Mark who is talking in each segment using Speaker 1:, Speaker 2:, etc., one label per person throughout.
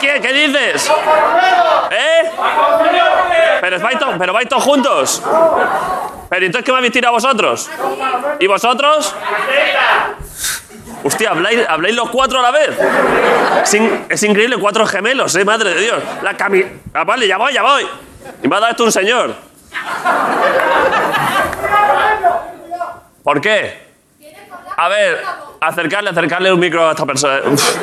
Speaker 1: qué? ¿Qué dices? ¿Eh? Pero vais, to- pero vais todos juntos. Pero entonces, ¿qué me habéis tirado vosotros? ¿Y vosotros? Hostia, ¿habláis, habláis los cuatro a la vez. Es, in- es increíble, cuatro gemelos, ¿eh? Madre de Dios. La cami... Ah, vale, ya voy, ya voy. Y me ha dado esto un señor. ¿Por qué? A ver, acercarle, acercarle un micro a esta persona. Uf.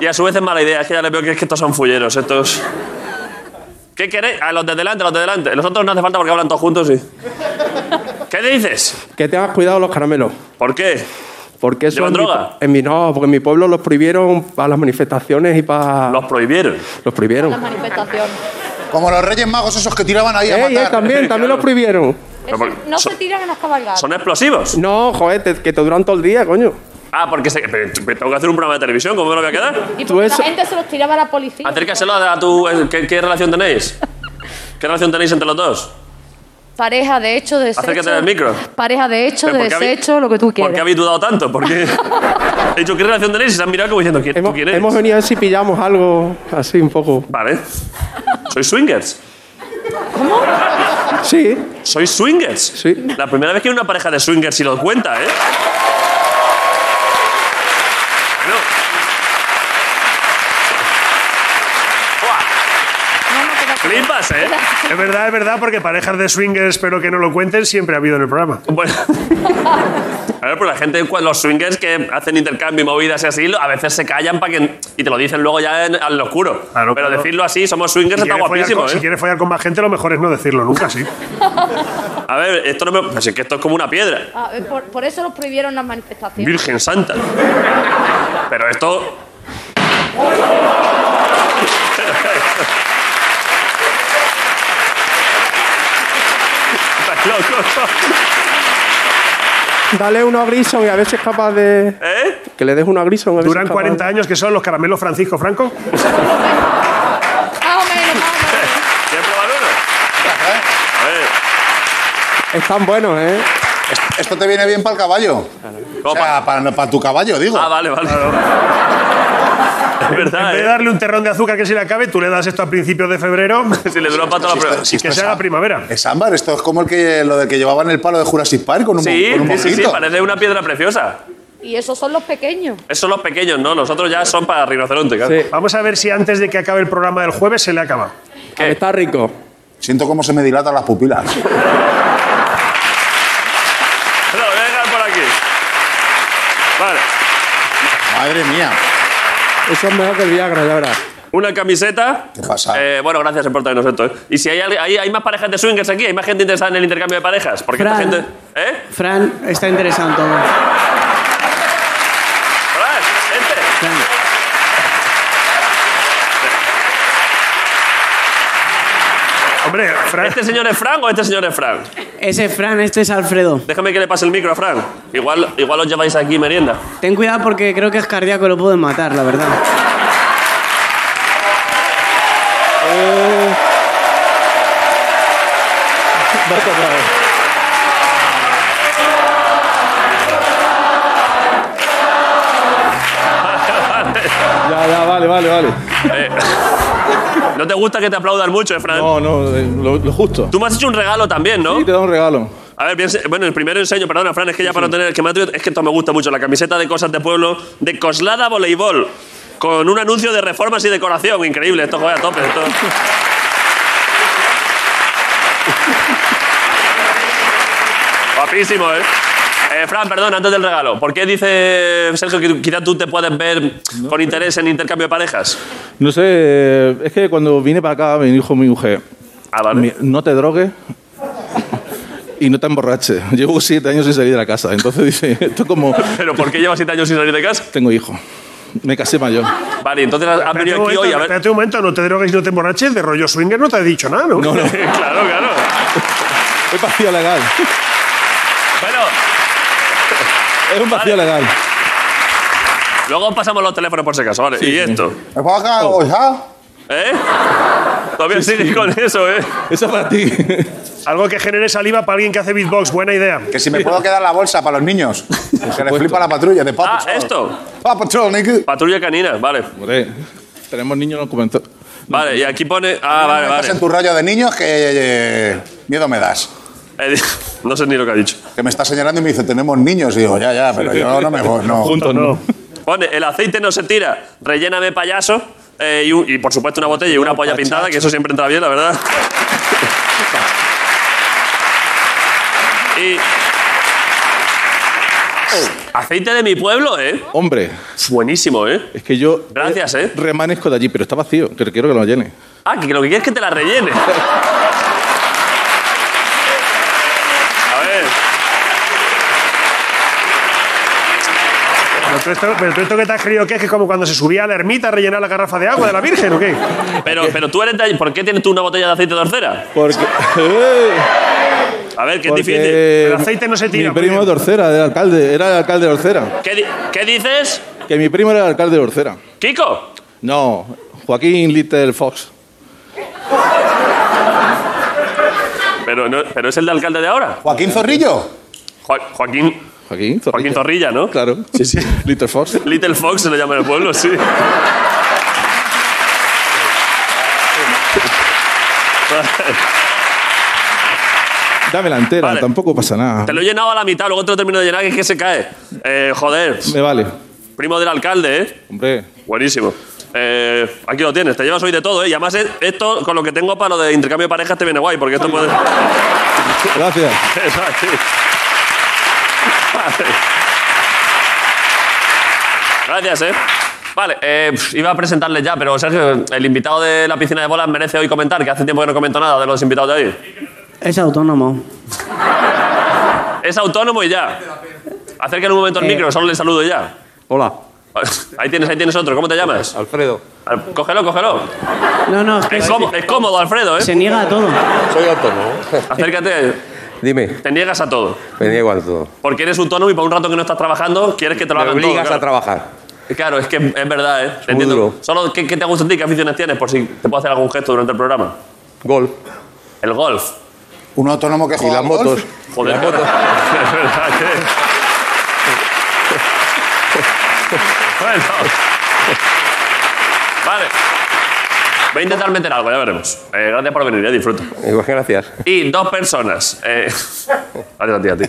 Speaker 1: Y a su vez es mala idea, es que ya le veo que, es que estos son fulleros, estos... ¿Qué queréis? A los de delante, a los de delante. Los otros no hace falta porque hablan todos juntos y... ¿Qué dices?
Speaker 2: Que tengas cuidado los caramelos.
Speaker 1: ¿Por qué?
Speaker 2: Porque eso
Speaker 1: ¿Llevan
Speaker 2: en mi-
Speaker 1: droga?
Speaker 2: en mi no, porque en mi pueblo los prohibieron para las manifestaciones y para
Speaker 1: Los prohibieron.
Speaker 2: los prohibieron.
Speaker 3: Las manifestaciones.
Speaker 4: Como los Reyes Magos esos que tiraban ahí a
Speaker 2: Ey, ey,
Speaker 4: matar.
Speaker 2: también, también los prohibieron.
Speaker 1: Pero
Speaker 3: Eso
Speaker 1: por-
Speaker 3: no
Speaker 1: son-
Speaker 3: se tiran en las cabalgadas.
Speaker 1: ¿Son explosivos?
Speaker 2: No, joder, que te duran todo el día, coño.
Speaker 1: Ah, porque se- pero t- pero tengo que hacer un programa de televisión, ¿cómo me lo voy a quedar?
Speaker 3: Y
Speaker 2: tú
Speaker 3: porque
Speaker 2: eso-
Speaker 3: la gente se los tiraba a la policía.
Speaker 1: Acércaselo a a tu... eh, ¿Qué, qué relación tenéis? ¿Qué relación tenéis entre los dos?
Speaker 3: Pareja de hecho, de desecho.
Speaker 1: Acércate al micro.
Speaker 3: Pareja de hecho,
Speaker 1: Pero
Speaker 3: de
Speaker 1: ¿por qué habéis-
Speaker 3: desecho, lo que tú quieras.
Speaker 1: ¿Por qué habéis dudado tanto? ¿Por qué? He dicho, ¿qué relación tenéis? Y se han mirado como diciendo, ¿quién, ¿tú
Speaker 2: Hemos,
Speaker 1: quién eres?
Speaker 2: hemos venido a ver si pillamos algo así un poco.
Speaker 1: Vale. ¿Sois swingers?
Speaker 2: Sí,
Speaker 1: ¿Sois swingers?
Speaker 2: Sí.
Speaker 1: La primera vez que hay una pareja de swingers y lo cuenta, ¿eh? Bueno. Buah,
Speaker 3: No, no, que no, que no.
Speaker 1: Flipas, ¿eh?
Speaker 5: Es verdad, es verdad, porque parejas de swingers, pero que no lo cuenten, siempre ha habido en el programa.
Speaker 1: Bueno. A ver, pues la gente, cu- los swingers que hacen intercambio y movidas y así, lo- a veces se callan para que, y te lo dicen luego ya en, al oscuro.
Speaker 5: Claro,
Speaker 1: Pero
Speaker 5: claro.
Speaker 1: decirlo así, somos swingers, está
Speaker 5: quieres follar
Speaker 1: guapísimo,
Speaker 5: con-
Speaker 1: ¿eh?
Speaker 5: si quieres follar con más gente, lo mejor es no decirlo nunca, sí.
Speaker 1: A ver, esto no me. Pues es que esto es como una piedra.
Speaker 3: Ah, eh, por, por eso los prohibieron las manifestaciones.
Speaker 1: Virgen Santa. Pero esto. ¿Estás loco?
Speaker 2: dale uno a Grison y a ver si es capaz de.
Speaker 1: ¿Eh?
Speaker 2: Que le des uno a Grison. a ver si
Speaker 5: Duran
Speaker 2: es capaz
Speaker 5: 40
Speaker 2: de-
Speaker 5: años, que son los caramelos Francisco Franco.
Speaker 3: Más o menos, más o menos.
Speaker 1: ¿Quieres probar uno? A ver.
Speaker 2: Están buenos, ¿eh?
Speaker 4: Esto te viene bien para el caballo.
Speaker 1: ¿Cómo
Speaker 4: O sea, para, para tu caballo, digo.
Speaker 1: Ah, vale, vale. Es
Speaker 5: En
Speaker 1: verdad,
Speaker 5: vez de
Speaker 1: ¿eh?
Speaker 5: darle un terrón de azúcar que se le acabe, tú le das esto a principios de febrero.
Speaker 1: Si le dura para toda la prueba.
Speaker 4: Si
Speaker 5: que
Speaker 4: esto es
Speaker 1: ah.
Speaker 5: sea la
Speaker 4: á-
Speaker 5: primavera.
Speaker 4: Es ámbar, esto es como el que, lo de que llevaban el palo de Jurassic Park con un, mo-
Speaker 1: Sí,
Speaker 4: con un
Speaker 1: sí, sí, sí,
Speaker 4: mojito.
Speaker 1: parece una piedra preciosa.
Speaker 3: Y esos son los pequeños.
Speaker 1: Esos son los pequeños, ¿no? Los otros ya son para rinoceronte, claro.
Speaker 2: Sí.
Speaker 5: Vamos a ver si antes de que acabe el programa del jueves se le acaba.
Speaker 1: ¿Qué?
Speaker 2: Está rico.
Speaker 4: Siento cómo se me dilatan las pupilas.
Speaker 1: No, voy a dejar por aquí. Vale.
Speaker 4: Madre mía.
Speaker 2: Eso es mejor que el Viagra, ya verás.
Speaker 1: Una camiseta.
Speaker 4: ¿Qué pasa?
Speaker 1: Eh, bueno, gracias por traernos esto. ¿eh? Y si hay, alguien- hay, hay más parejas de swingers aquí, hay más gente interesada en el intercambio de parejas. Porque esta
Speaker 6: Fran.
Speaker 1: gente. ¿Eh?
Speaker 6: Fran, está interesante todo.
Speaker 1: Fran, vente.
Speaker 6: Fran,
Speaker 5: Hombre, Fran,
Speaker 1: ¿Este señor es Frank o este señor es Frank?
Speaker 6: Ese Fran, este es Alfredo.
Speaker 1: Déjame que le pase el micro a Frank. Igual, igual os lleváis aquí merienda.
Speaker 6: Ten cuidado porque creo que es cardíaco, lo pueden matar, la verdad.
Speaker 2: Ya, ya, vale, vale, vale.
Speaker 1: Eh, no te gusta que te aplaudan mucho, eh, Frank.
Speaker 2: No, no, eh, lo, lo justo.
Speaker 1: Tú me has hecho un regalo también, ¿no?
Speaker 2: Y te da un regalo.
Speaker 1: A ver, bien, bueno, el primero enseño, perdona, Fran, es que ya para no tener que me ha traído- es que esto me gusta mucho, la camiseta de cosas de pueblo de Coslada Voleibol, con un anuncio de reformas y decoración, increíble, esto juega a tope, esto. Guapísimo, ¿eh? Eh, Fran, perdón, antes del regalo, ¿por qué dice Sergio que quizás tú te puedes ver con interés en intercambio de parejas?
Speaker 7: No sé, eh, es que cuando vine para acá me dijo mi mujer,
Speaker 1: Ah, vale.
Speaker 7: "Mi- no te drogues y no te emborraches. Llevo siete años sin salir de la casa, entonces dice, esto es como,
Speaker 1: ¿Pero por qué llevas siete años sin salir de casa?
Speaker 7: tengo hijo, me casé mayor.
Speaker 1: Vale, entonces has has
Speaker 5: espérate
Speaker 1: venido aquí
Speaker 5: un, momento,
Speaker 1: hoy a ver...
Speaker 5: espérate un momento, no te drogues y no te emborraches, de rollo swinger no te he dicho nada, ¿no?
Speaker 1: claro, claro.
Speaker 7: Es vacío legal,
Speaker 1: Bueno,
Speaker 7: es un vacío legal.
Speaker 1: luego pasamos los teléfonos por si acaso, ¿vale? ¿Y esto?
Speaker 4: ¿Me puedo acá?
Speaker 5: Oh.
Speaker 4: oja?
Speaker 1: ¿Eh? Todavía sigues con eso, ¿eh?
Speaker 7: Eso es para ti.
Speaker 5: Algo que genere saliva para alguien que hace beatbox, buena idea.
Speaker 4: Que si me puedo quedar la bolsa para los niños. Que les flipa la patrulla de Paw
Speaker 1: Ah,
Speaker 4: Patrol.
Speaker 1: esto.
Speaker 4: Paw Patrol, nigga.
Speaker 1: Patrulla canina, vale.
Speaker 7: Hombre, Tenemos niños no comento.
Speaker 1: Vale, y aquí pone. Ah, vale,
Speaker 4: Estás en
Speaker 1: vale.
Speaker 4: tu rollo de niños que eh, miedo me das.
Speaker 1: He di- No sé ni lo que ha dicho.
Speaker 4: Que me está señalando y me dice, tenemos niños. Y digo, ya, ya, pero yo no me voy. No.
Speaker 7: Juntos no.
Speaker 1: Pone, el aceite no se tira, relléname payaso. eh, y, un- y, por supuesto una botella y una polla pintada, que eso siempre entra bien, la verdad. Y... Aceite de mi pueblo, ¿eh?
Speaker 7: Hombre,
Speaker 1: Buenísimo, ¿eh?
Speaker 7: es que yo.
Speaker 1: Gracias, ¿eh?
Speaker 7: Remanesco de allí, pero está vacío. Que quiero que lo llene.
Speaker 1: Ah, que lo que quieres es que te la rellene. A ver.
Speaker 5: Pero tú, esto, pero tú esto que te has creído que es que como cuando se subía a la ermita a rellenar la garrafa de agua de la Virgen, ¿o qué?
Speaker 1: Pero, pero tú eres de allí, ¿Por qué tienes tú una botella de aceite de orcera?
Speaker 7: Porque.
Speaker 1: A ver, que es
Speaker 7: porque
Speaker 1: difícil.
Speaker 5: El aceite no se tira,
Speaker 7: Mi primo
Speaker 5: porque-
Speaker 7: es de Orcera, del alcalde. Era el alcalde de Orcera.
Speaker 1: ¿Qué, di- qué dices?
Speaker 7: Que mi primo era el alcalde de Orcera.
Speaker 1: ¿Kiko?
Speaker 7: No, Joaquín Little Fox.
Speaker 1: Pero, no- pero es el de alcalde de ahora.
Speaker 4: Joaquín Zorrillo.
Speaker 1: Jo- Joaquín,
Speaker 7: Joaquín Zorrilla.
Speaker 1: Joaquín Zorrilla, ¿no?
Speaker 7: Claro.
Speaker 1: Sí, sí.
Speaker 7: Little Fox.
Speaker 1: Little Fox se le llama en el pueblo, sí.
Speaker 7: Dame la entera,
Speaker 1: Vale.
Speaker 7: tampoco pasa nada.
Speaker 1: Te lo he llenado a la mitad, luego te lo termino de llenar, que es que se cae. Eh, joder,
Speaker 7: Me vale.
Speaker 1: primo del alcalde, ¿eh?
Speaker 7: Hombre,
Speaker 1: Buenísimo. Eh, aquí lo tienes, te llevas hoy de todo, ¿eh? Y además eh, esto, con lo que tengo para lo de intercambio de parejas, te viene guay, porque esto puede...
Speaker 7: gracias.
Speaker 1: Eso así. Vale. Gracias, eh. Vale, eh, pf, iba a presentarles ya, pero Sergio, el invitado de la piscina de bolas merece hoy comentar, que hace tiempo que no comento nada de los invitados de hoy.
Speaker 6: Es autónomo.
Speaker 1: Es autónomo y ya. Acerca en un momento el
Speaker 6: Eh.
Speaker 1: micro, solo le saludo y ya.
Speaker 8: Hola,
Speaker 1: Ahí tienes, ahí tienes otro. ¿Cómo te llamas?
Speaker 8: Alfredo.
Speaker 1: Al- Cógelo, cógelo.
Speaker 6: No, no, es que
Speaker 1: Es, cómo- es cómodo, Alfredo, ¿eh?
Speaker 6: se niega a todo.
Speaker 8: Soy autónomo.
Speaker 1: Acércate.
Speaker 8: Dime,
Speaker 1: Te niegas a todo.
Speaker 8: me niego a todo.
Speaker 1: Porque eres autónomo y por un rato que no estás trabajando, quieres que te lo
Speaker 8: Me
Speaker 1: hagan todo.
Speaker 8: obligas
Speaker 1: claro.
Speaker 8: a trabajar.
Speaker 1: Claro, es que es verdad, ¿eh? Te
Speaker 8: muy
Speaker 1: entiendo.
Speaker 8: duro.
Speaker 1: Solo, ¿qué, qué te gusta a ti? ¿Qué aficiones tienes? Por si te puedo hacer algún gesto durante el programa.
Speaker 8: Golf.
Speaker 1: El golf.
Speaker 4: Un autónomo que
Speaker 8: Y
Speaker 4: juega
Speaker 8: las
Speaker 4: al golf.
Speaker 8: motos.
Speaker 1: Joder.
Speaker 8: Las motos.
Speaker 1: Es verdad que... bueno. Vale. Voy a intentar meter algo, ya veremos. Eh, gracias por venir, ya disfruto.
Speaker 8: Igual que gracias.
Speaker 1: Y dos personas. eh, Gracias a ti, a ti.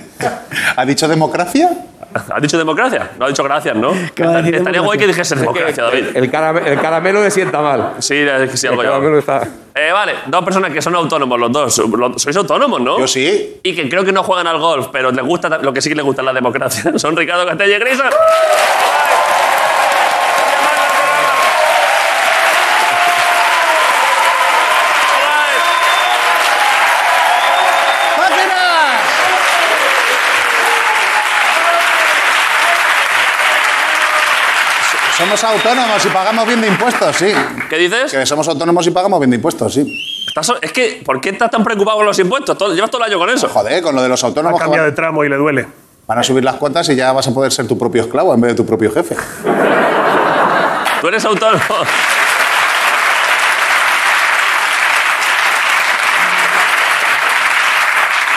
Speaker 4: ¿Ha dicho democracia?
Speaker 1: ¿Has dicho democracia? No ha dicho gracias, ¿no?
Speaker 6: ¿Qué va a decir
Speaker 1: Estaría guay
Speaker 6: democracia?
Speaker 1: que dijese democracia,
Speaker 9: Eh,
Speaker 1: David.
Speaker 8: El, carame- el caramelo me sienta mal.
Speaker 1: Sí, es que sí,
Speaker 8: El
Speaker 1: algo yo.
Speaker 8: caramelo está.
Speaker 1: Eh, vale, dos personas que son autónomos, los dos. Lo- Sois autónomos, ¿no?
Speaker 4: Yo sí.
Speaker 1: Y que creo que no juegan al golf, pero les gusta ta- lo que sí que les gusta es la democracia. Son Ricardo Castella y Grisa.
Speaker 4: Somos autónomos y pagamos bien de impuestos, sí.
Speaker 1: ¿Qué dices?
Speaker 4: Que somos autónomos y pagamos bien de impuestos, sí.
Speaker 1: Estás- es que, ¿por qué estás tan preocupado con los impuestos? Todo- llevas todo el año con eso.
Speaker 4: Joder, con lo de los
Speaker 5: Ha
Speaker 4: autónomos que
Speaker 5: cambiado de
Speaker 4: van,
Speaker 5: tramo y le duele.
Speaker 4: van a subir las cuotas y ya vas a poder ser tu propio esclavo en vez de tu propio jefe.
Speaker 1: Tú eres autónomo.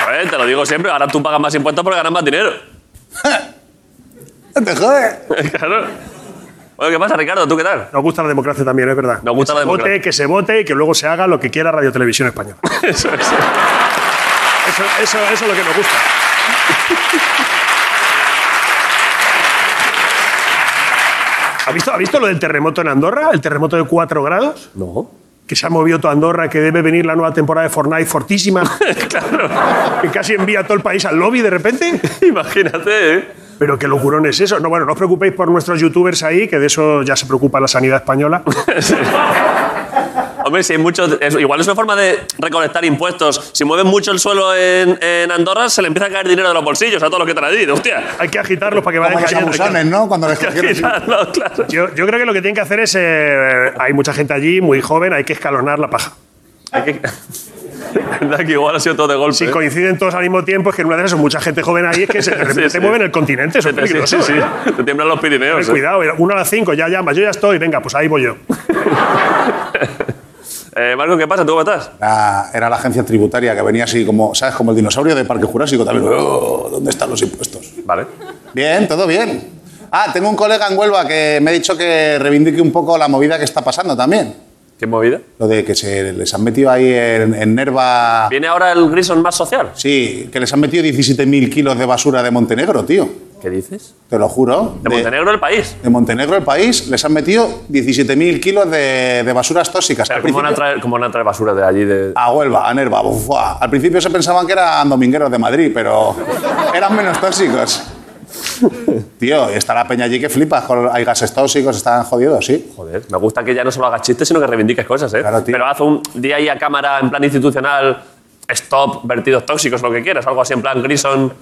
Speaker 1: A ver, te lo digo siempre, ahora tú pagas más impuestos porque ganas más dinero.
Speaker 4: ¡Te jode!
Speaker 1: claro. Bueno, ¿qué pasa, Ricardo? ¿Tú qué tal?
Speaker 5: Nos gusta la democracia también, es verdad.
Speaker 1: Nos gusta
Speaker 5: Que
Speaker 1: la
Speaker 5: se vote,
Speaker 1: democracia.
Speaker 5: que se vote y que luego se haga lo que quiera Radio Televisión Española.
Speaker 1: Eso es.
Speaker 5: Eso, eso, eso es lo que nos gusta. ¿Ha visto, ¿Ha visto lo del terremoto en Andorra? ¿El terremoto de 4 grados? No. Que se ha movido toda Andorra, que debe venir la nueva temporada de Fortnite fortísima. claro. Que casi envía a todo el país al lobby de repente.
Speaker 1: Imagínate, ¿eh?
Speaker 5: Pero qué locurón es eso. No, bueno, no os preocupéis por nuestros youtubers ahí, que de eso ya se preocupa la sanidad española.
Speaker 1: Hombre, si hay muchos. es- igual es una forma de recolectar impuestos. Si mueven mucho el suelo en, en Andorra, se le empieza a caer dinero de los bolsillos a todos los que están allí. Hostia.
Speaker 5: Hay que agitarlos para que
Speaker 4: Como
Speaker 5: vayan
Speaker 4: los
Speaker 5: cayendo.
Speaker 4: amusones, ¿no? Cuando les cogieron. sí.
Speaker 1: Claro, claro.
Speaker 5: Yo, yo creo que lo que tienen que hacer es. eh, hay mucha gente allí, muy joven, hay que escalonar la paja.
Speaker 1: Hay que... Verdad que igual ha sido todo de golpe.
Speaker 5: Si
Speaker 1: ¿eh?
Speaker 5: coinciden todos al mismo tiempo, es que en una de esas mucha gente joven ahí, es que se, de repente
Speaker 1: Sí, sí.
Speaker 5: mueven el continente. Eso es
Speaker 1: Sí, sí,
Speaker 5: peligroso.
Speaker 1: sí, sí.
Speaker 5: ¿eh?
Speaker 1: Te tiemblan los Pirineos.
Speaker 5: Ten
Speaker 1: ¿eh?
Speaker 5: cuidado, uno a las cinco, ya llamas, yo ya estoy, venga, pues ahí voy yo.
Speaker 1: Eh, Marco, ¿qué pasa? ¿Tú cómo estás?
Speaker 4: Era, era la agencia tributaria que venía así como, ¿sabes? Como el dinosaurio de Parque Jurásico también. ¡Oh! ¿Dónde están los impuestos?
Speaker 1: Vale.
Speaker 4: Bien, todo bien. Ah, tengo un colega en Huelva que me ha dicho que reivindique un poco la movida que está pasando también.
Speaker 1: ¿Qué movida?
Speaker 4: Lo de que se les han metido ahí en, en Nerva.
Speaker 1: ¿Viene ahora el Grison más social?
Speaker 4: Sí, que les han metido 17.000 kilos de basura de Montenegro, tío.
Speaker 1: ¿Qué dices?
Speaker 4: Te lo juro.
Speaker 1: De Montenegro, el país.
Speaker 4: De Montenegro, el país, les han metido 17.000 kilos de, de basuras
Speaker 1: O
Speaker 4: tóxicas.
Speaker 1: sea,
Speaker 4: Al
Speaker 1: ¿cómo van, a
Speaker 4: principio-
Speaker 1: traer, cómo van a traer basura de allí? De...
Speaker 4: A Huelva, a Nerva, bufua. Al principio se pensaban que eran domingueros de Madrid, pero eran menos tóxicos. Tío, está la peña allí que flipa. Hay gases tóxicos, están jodidos, sí.
Speaker 1: Joder, me gusta que ya no solo hagas chistes, sino que reivindiques cosas, ¿eh?
Speaker 4: Claro, tío.
Speaker 1: Pero haz un día ahí a cámara en plan institucional, stop, vertidos tóxicos, lo que quieras, algo así en plan Grison.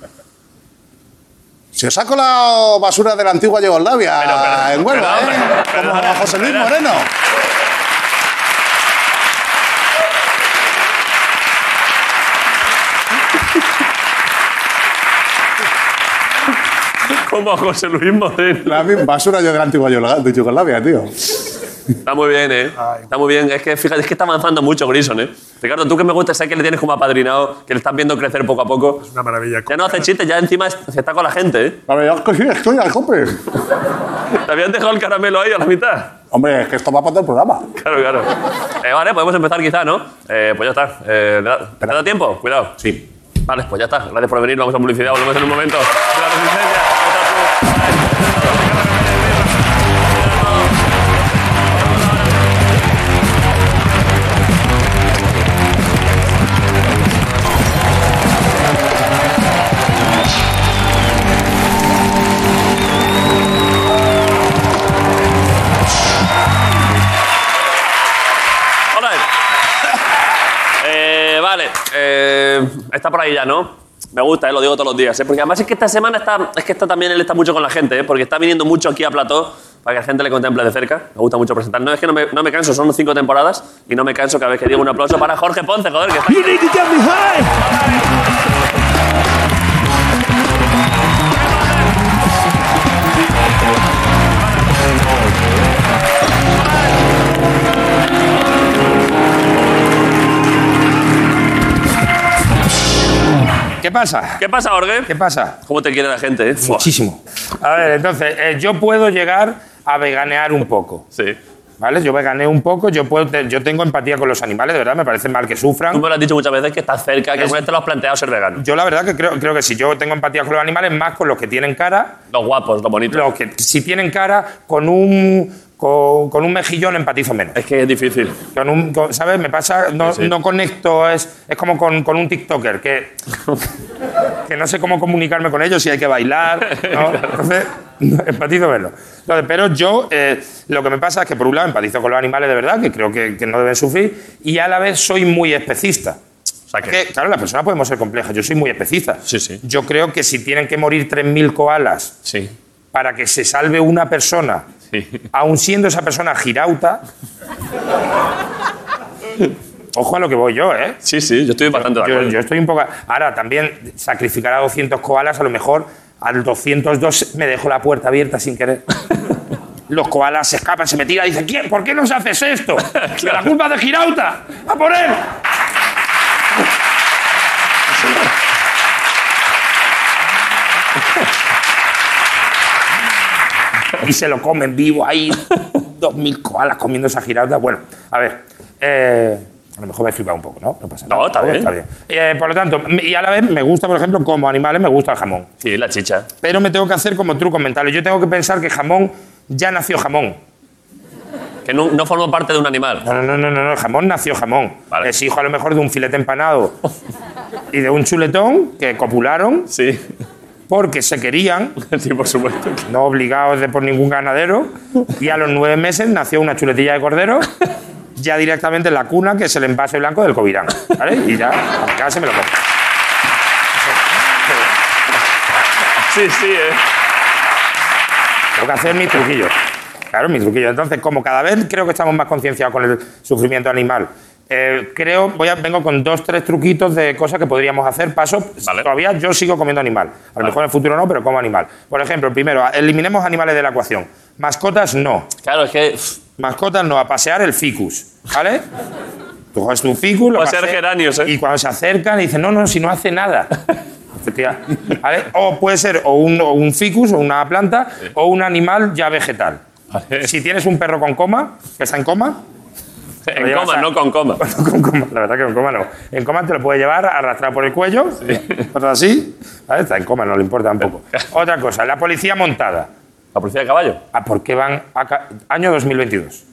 Speaker 4: Se os ha colado basura de la antigua Yugoslavia
Speaker 1: Pero, pero,
Speaker 4: en Huelva,
Speaker 1: pero,
Speaker 4: ¿eh?
Speaker 1: hombre, pero,
Speaker 4: Como
Speaker 1: hombre,
Speaker 4: José Luis
Speaker 1: pero-
Speaker 4: Moreno.
Speaker 1: Como José Luis Moreno.
Speaker 4: La misma basura yo de la antigua Yugola- de Yugoslavia, tío.
Speaker 1: Está muy bien, ¿eh? Está muy bien. Es que, fíjate, es que está avanzando mucho Grison, ¿eh? Ricardo, tú que me gusta, sé que le tienes como apadrinado, que le estás viendo crecer poco a poco.
Speaker 5: Una maravilla.
Speaker 1: Ya no hace chistes, ya encima es- se está con la gente, ¿eh?
Speaker 4: La verdad es que sí, estoy al tope.
Speaker 1: Te habían dejado el caramelo ahí a la mitad.
Speaker 4: Hombre, es que esto va para todo el programa.
Speaker 1: Claro, claro. Eh, vale, podemos empezar quizá, ¿no? Eh, pues ya está. Eh, ¿le, da, le da tiempo? Cuidado. Sí. Vale, pues ya está. Gracias por venir. Vamos a publicidad. Volvemos en un momento. La Resistencia. Hola. Eh, vale. Eh, está por ahí ya, ¿no? Me gusta, eh, lo digo todos los días. ¿eh? Porque además es que esta semana está, es que está también él está mucho con la gente, ¿eh? porque está viniendo mucho aquí a Plató para que la gente le contemple de cerca. Me gusta mucho presentar. No es que no me, no me canso, son cinco temporadas y no me canso cada vez que digo un aplauso para Jorge Ponce, joder, que está aquí.
Speaker 9: ¿Qué pasa?
Speaker 1: ¿Qué pasa, Jorge?
Speaker 9: ¿Qué pasa?
Speaker 1: ¿Cómo te quiere la gente? eh? Fua.
Speaker 9: Muchísimo. A ver, entonces, eh, yo puedo llegar a veganear un poco.
Speaker 1: Sí.
Speaker 9: ¿Vale? Yo veganeé un poco, yo, puedo, te- yo tengo empatía con los animales, de verdad, me parece mal que
Speaker 1: Tú
Speaker 9: sufran.
Speaker 1: me lo has dicho muchas veces que estás cerca, que
Speaker 9: Es-
Speaker 1: alguna vez te lo has planteado ser vegano.
Speaker 9: Yo la verdad que creo, creo que si yo tengo empatía con los animales, más con los que tienen cara,
Speaker 1: Los guapos, los bonitos.
Speaker 9: los que si tienen cara, con un, con, con un mejillón empatizo menos.
Speaker 1: Es que es difícil.
Speaker 9: Con un, con- ¿Sabes? Me pasa, no,
Speaker 1: Sí, sí.
Speaker 9: no conecto, es, es como con, con un TikToker, que, que no sé cómo comunicarme con ellos, si hay que bailar, ¿no? Entonces, no, empatizo verlo. Entonces, pero yo, eh, lo que me pasa es que por un lado empatizo con los animales de verdad, que creo que, que no deben sufrir, y a la vez soy muy especista.
Speaker 1: O sea
Speaker 9: Que,
Speaker 1: que.
Speaker 9: claro, las personas podemos ser complejas, yo soy muy especista.
Speaker 1: Sí, sí.
Speaker 9: Yo creo que si tienen que morir 3.000 koalas
Speaker 1: Sí.
Speaker 9: para que se salve una persona,
Speaker 1: Sí.
Speaker 9: aun siendo esa persona girauta. Ojo a lo que voy yo, ¿eh?
Speaker 1: Sí, sí, yo estoy bastante de
Speaker 9: Yo,
Speaker 1: acuerdo.
Speaker 9: yo estoy un poco. Ahora, también sacrificar a 200 koalas, a lo mejor al 202 me dejo la puerta abierta sin querer. Los koalas se escapan, se me tiran y dicen: "¿Quién- ¿Por qué nos haces esto? Que La culpa es de Girauta. ¡A por él! y se lo comen vivo ahí. Dos mil koalas comiendo esa giralda. Bueno, a ver. eh, a lo mejor me he flipado un poco, ¿no? No pasa nada.
Speaker 1: No, está bien.
Speaker 9: Eh, por lo tanto, me- y a la vez me gusta, por ejemplo, como animales me gusta el jamón.
Speaker 1: Sí, la chicha.
Speaker 9: Pero me tengo que hacer como trucos mentales. Yo tengo que pensar que jamón ya nació jamón.
Speaker 1: Que no, no formo parte de un animal.
Speaker 9: No, no, no, no, no, no, el jamón nació jamón.
Speaker 1: Vale.
Speaker 9: Es hijo a lo mejor de un filete empanado y de un chuletón que copularon
Speaker 1: Sí.
Speaker 9: porque se querían,
Speaker 1: Sí, por supuesto.
Speaker 9: no obligados de por ningún ganadero, y a los nueve meses nació una chuletilla de cordero, ya directamente en la cuna, que es el envase blanco del Covirán. ¿vale? Y ya, ya se me lo como.
Speaker 1: Sí, sí, eh.
Speaker 9: Tengo que hacer mis truquillos. Claro, mis truquillos. Entonces, como cada vez creo que estamos más concienciados con el sufrimiento animal, eh, creo, voy a, vengo con dos, tres truquitos de cosas que podríamos hacer. Paso,
Speaker 1: Vale.
Speaker 9: todavía yo sigo comiendo animal. A lo mejor en el futuro no, pero como animal. Por ejemplo, primero, eliminemos animales de la ecuación. Mascotas no.
Speaker 1: Claro, es que. pff,
Speaker 9: Mascotas no, a pasear el ficus, ¿vale? Tú coges tu ficus, lo
Speaker 1: Pasear
Speaker 9: paseas,
Speaker 1: geranios, ¿eh?
Speaker 9: Y cuando se acercan, dicen, no, no, si no hace nada. Dices, Efectiva- ¿vale? O puede ser o un, o un ficus o una planta o un animal ya vegetal. Si tienes un perro con coma, que está en coma,
Speaker 1: En coma, no con coma.
Speaker 9: con
Speaker 1: eh.
Speaker 9: coma, la verdad que con coma no. En coma te lo puede llevar arrastrado por el cuello, cosas así. ¿vale? Está en coma, no le importa tampoco. Otra cosa, la policía montada.
Speaker 1: La policía de caballo.
Speaker 9: ¿A ¿Por qué van a ca- año 2022?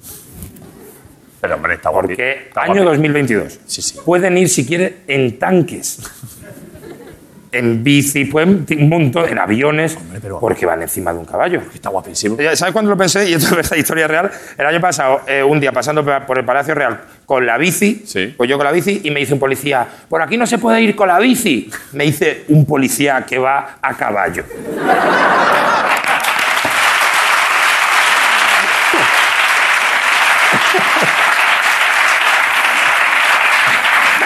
Speaker 1: Pero hombre, está
Speaker 9: ¿Por
Speaker 1: guapi-
Speaker 9: qué
Speaker 1: está
Speaker 9: año
Speaker 1: guapi-
Speaker 9: 2022? Pueden ir, si quieren, en tanques. En bici, pueden un montón, en aviones, porque van encima de un caballo.
Speaker 1: Está guapísimo.
Speaker 9: Ya, ¿Sabes cuándo lo pensé? Y esto es verdad, historia real. El año pasado, eh, un día pasando pa- por el Palacio Real con la bici,
Speaker 1: Sí.
Speaker 9: pues yo con la bici, y me dice un policía, por aquí no se puede ir con la bici. Me dice un policía que va a caballo.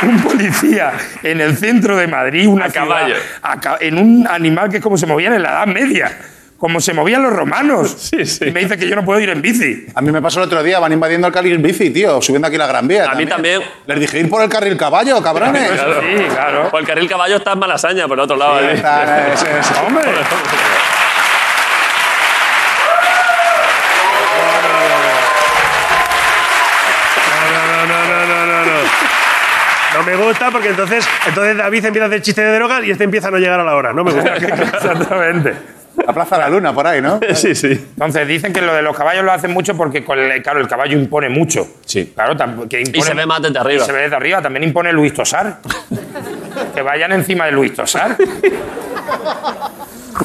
Speaker 9: un policía en el centro de Madrid, una
Speaker 1: A
Speaker 9: ciudad,
Speaker 1: caballo.
Speaker 9: a ca- en un animal que es como se movían en la Edad Media, como se movían los romanos.
Speaker 1: Sí, sí.
Speaker 9: Y me dice que yo no puedo ir en bici.
Speaker 4: A mí me pasó el otro día, van invadiendo el carril bici, tío, subiendo aquí la Gran Vía.
Speaker 1: A mí también.
Speaker 4: Les dije, ir por el carril caballo, cabrones.
Speaker 1: Claro.
Speaker 9: Sí, claro.
Speaker 1: Por el carril caballo está en Malasaña, por el otro lado.
Speaker 4: Ahí
Speaker 1: ¿eh?
Speaker 4: están, eh, sí, sí.
Speaker 9: Hombre,
Speaker 5: No, no, no, no, no, no. No me gusta porque entonces, entonces David empieza a hacer chistes de drogas y este empieza a no llegar a la hora. No me gusta.
Speaker 9: exactamente.
Speaker 4: La Plaza de la Luna, por ahí, ¿no?
Speaker 1: Sí, sí.
Speaker 9: Entonces dicen que lo de los caballos lo hacen mucho porque, con el- claro, el caballo impone mucho.
Speaker 1: Sí.
Speaker 9: Claro, tam- que impone,
Speaker 1: Y se ve más desde arriba.
Speaker 9: Y se ve desde arriba. También impone Luis Tosar. que vayan encima de Luis Tosar.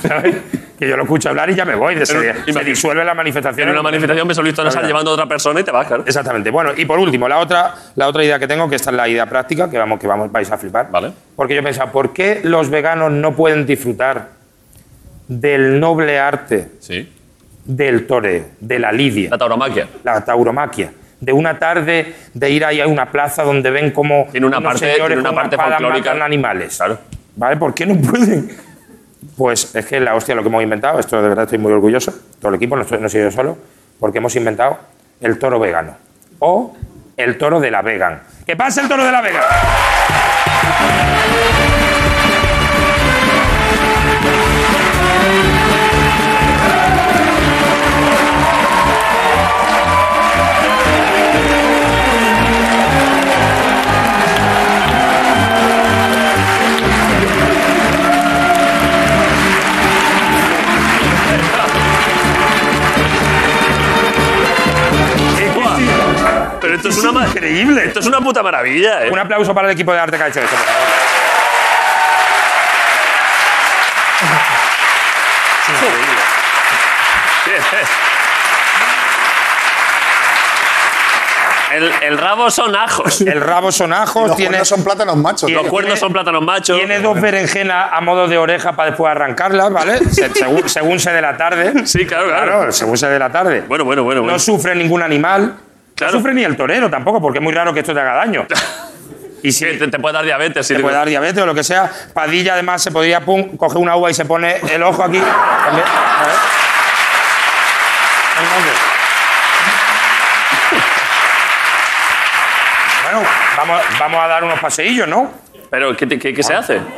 Speaker 9: ¿Sabes? que yo lo escucho hablar y ya me voy. de ese día. se
Speaker 1: imagínate.
Speaker 9: disuelve la manifestación.
Speaker 1: En una manifestación me solito
Speaker 9: Claro.
Speaker 1: llevando a otra persona y te vas, claro.
Speaker 9: Exactamente. Bueno, y por último, la otra, la otra idea que tengo, que esta es la idea práctica, que vamos, que vamos, vais a flipar.
Speaker 1: Vale.
Speaker 9: Porque yo pensaba, ¿por qué los veganos no pueden disfrutar del noble arte
Speaker 1: Sí.
Speaker 9: del toreo, de la lidia?
Speaker 1: La tauromaquia.
Speaker 9: la tauromaquia. De una tarde de ir ahí a una plaza donde ven cómo
Speaker 1: Tiene una
Speaker 9: unos
Speaker 1: parte-
Speaker 9: señores
Speaker 1: tiene una
Speaker 9: con
Speaker 1: parte
Speaker 9: espada
Speaker 1: folclórica.
Speaker 9: matan animales.
Speaker 1: Claro.
Speaker 9: ¿Vale? ¿Por qué no pueden? Pues es que la hostia lo que hemos inventado, esto de verdad estoy muy orgulloso, todo el equipo, no, estoy, no soy yo solo, porque hemos inventado el toro vegano. O el toro de la vegan. ¿Qué pasa el toro de la vegan?
Speaker 1: Pero esto es una ma-
Speaker 9: increíble.
Speaker 1: Esto es una puta maravilla, ¿eh?
Speaker 9: Un aplauso para el equipo de arte que ha hecho esto, por favor.
Speaker 1: El, el rabo son ajos.
Speaker 9: El rabo son ajos,
Speaker 4: Los
Speaker 9: tiene,
Speaker 4: cuernos son plátanos machos.
Speaker 9: Tiene-
Speaker 4: tío.
Speaker 1: Los cuernos son plátanos machos.
Speaker 9: Tiene dos berenjenas a modo de oreja para después arrancarlas, ¿vale? Se- según, según se de la tarde.
Speaker 1: Sí, claro, claro.
Speaker 9: Claro, según se de la tarde.
Speaker 1: Bueno, bueno, bueno. bueno.
Speaker 9: No sufre ningún animal.
Speaker 1: Claro.
Speaker 9: No sufre ni el torero tampoco, porque es muy raro que esto te haga daño. Y si
Speaker 1: Que te, te puede dar diabetes. sí,
Speaker 9: te
Speaker 1: digo.
Speaker 9: puede dar diabetes o lo que sea, Padilla además se podría pum, coger una uva y se pone el ojo aquí. También, a ver. Entonces. Bueno, vamos, vamos a dar unos paseillos, ¿no?
Speaker 1: Pero, ¿qué, te- qué- qué se hace?
Speaker 9: Venga,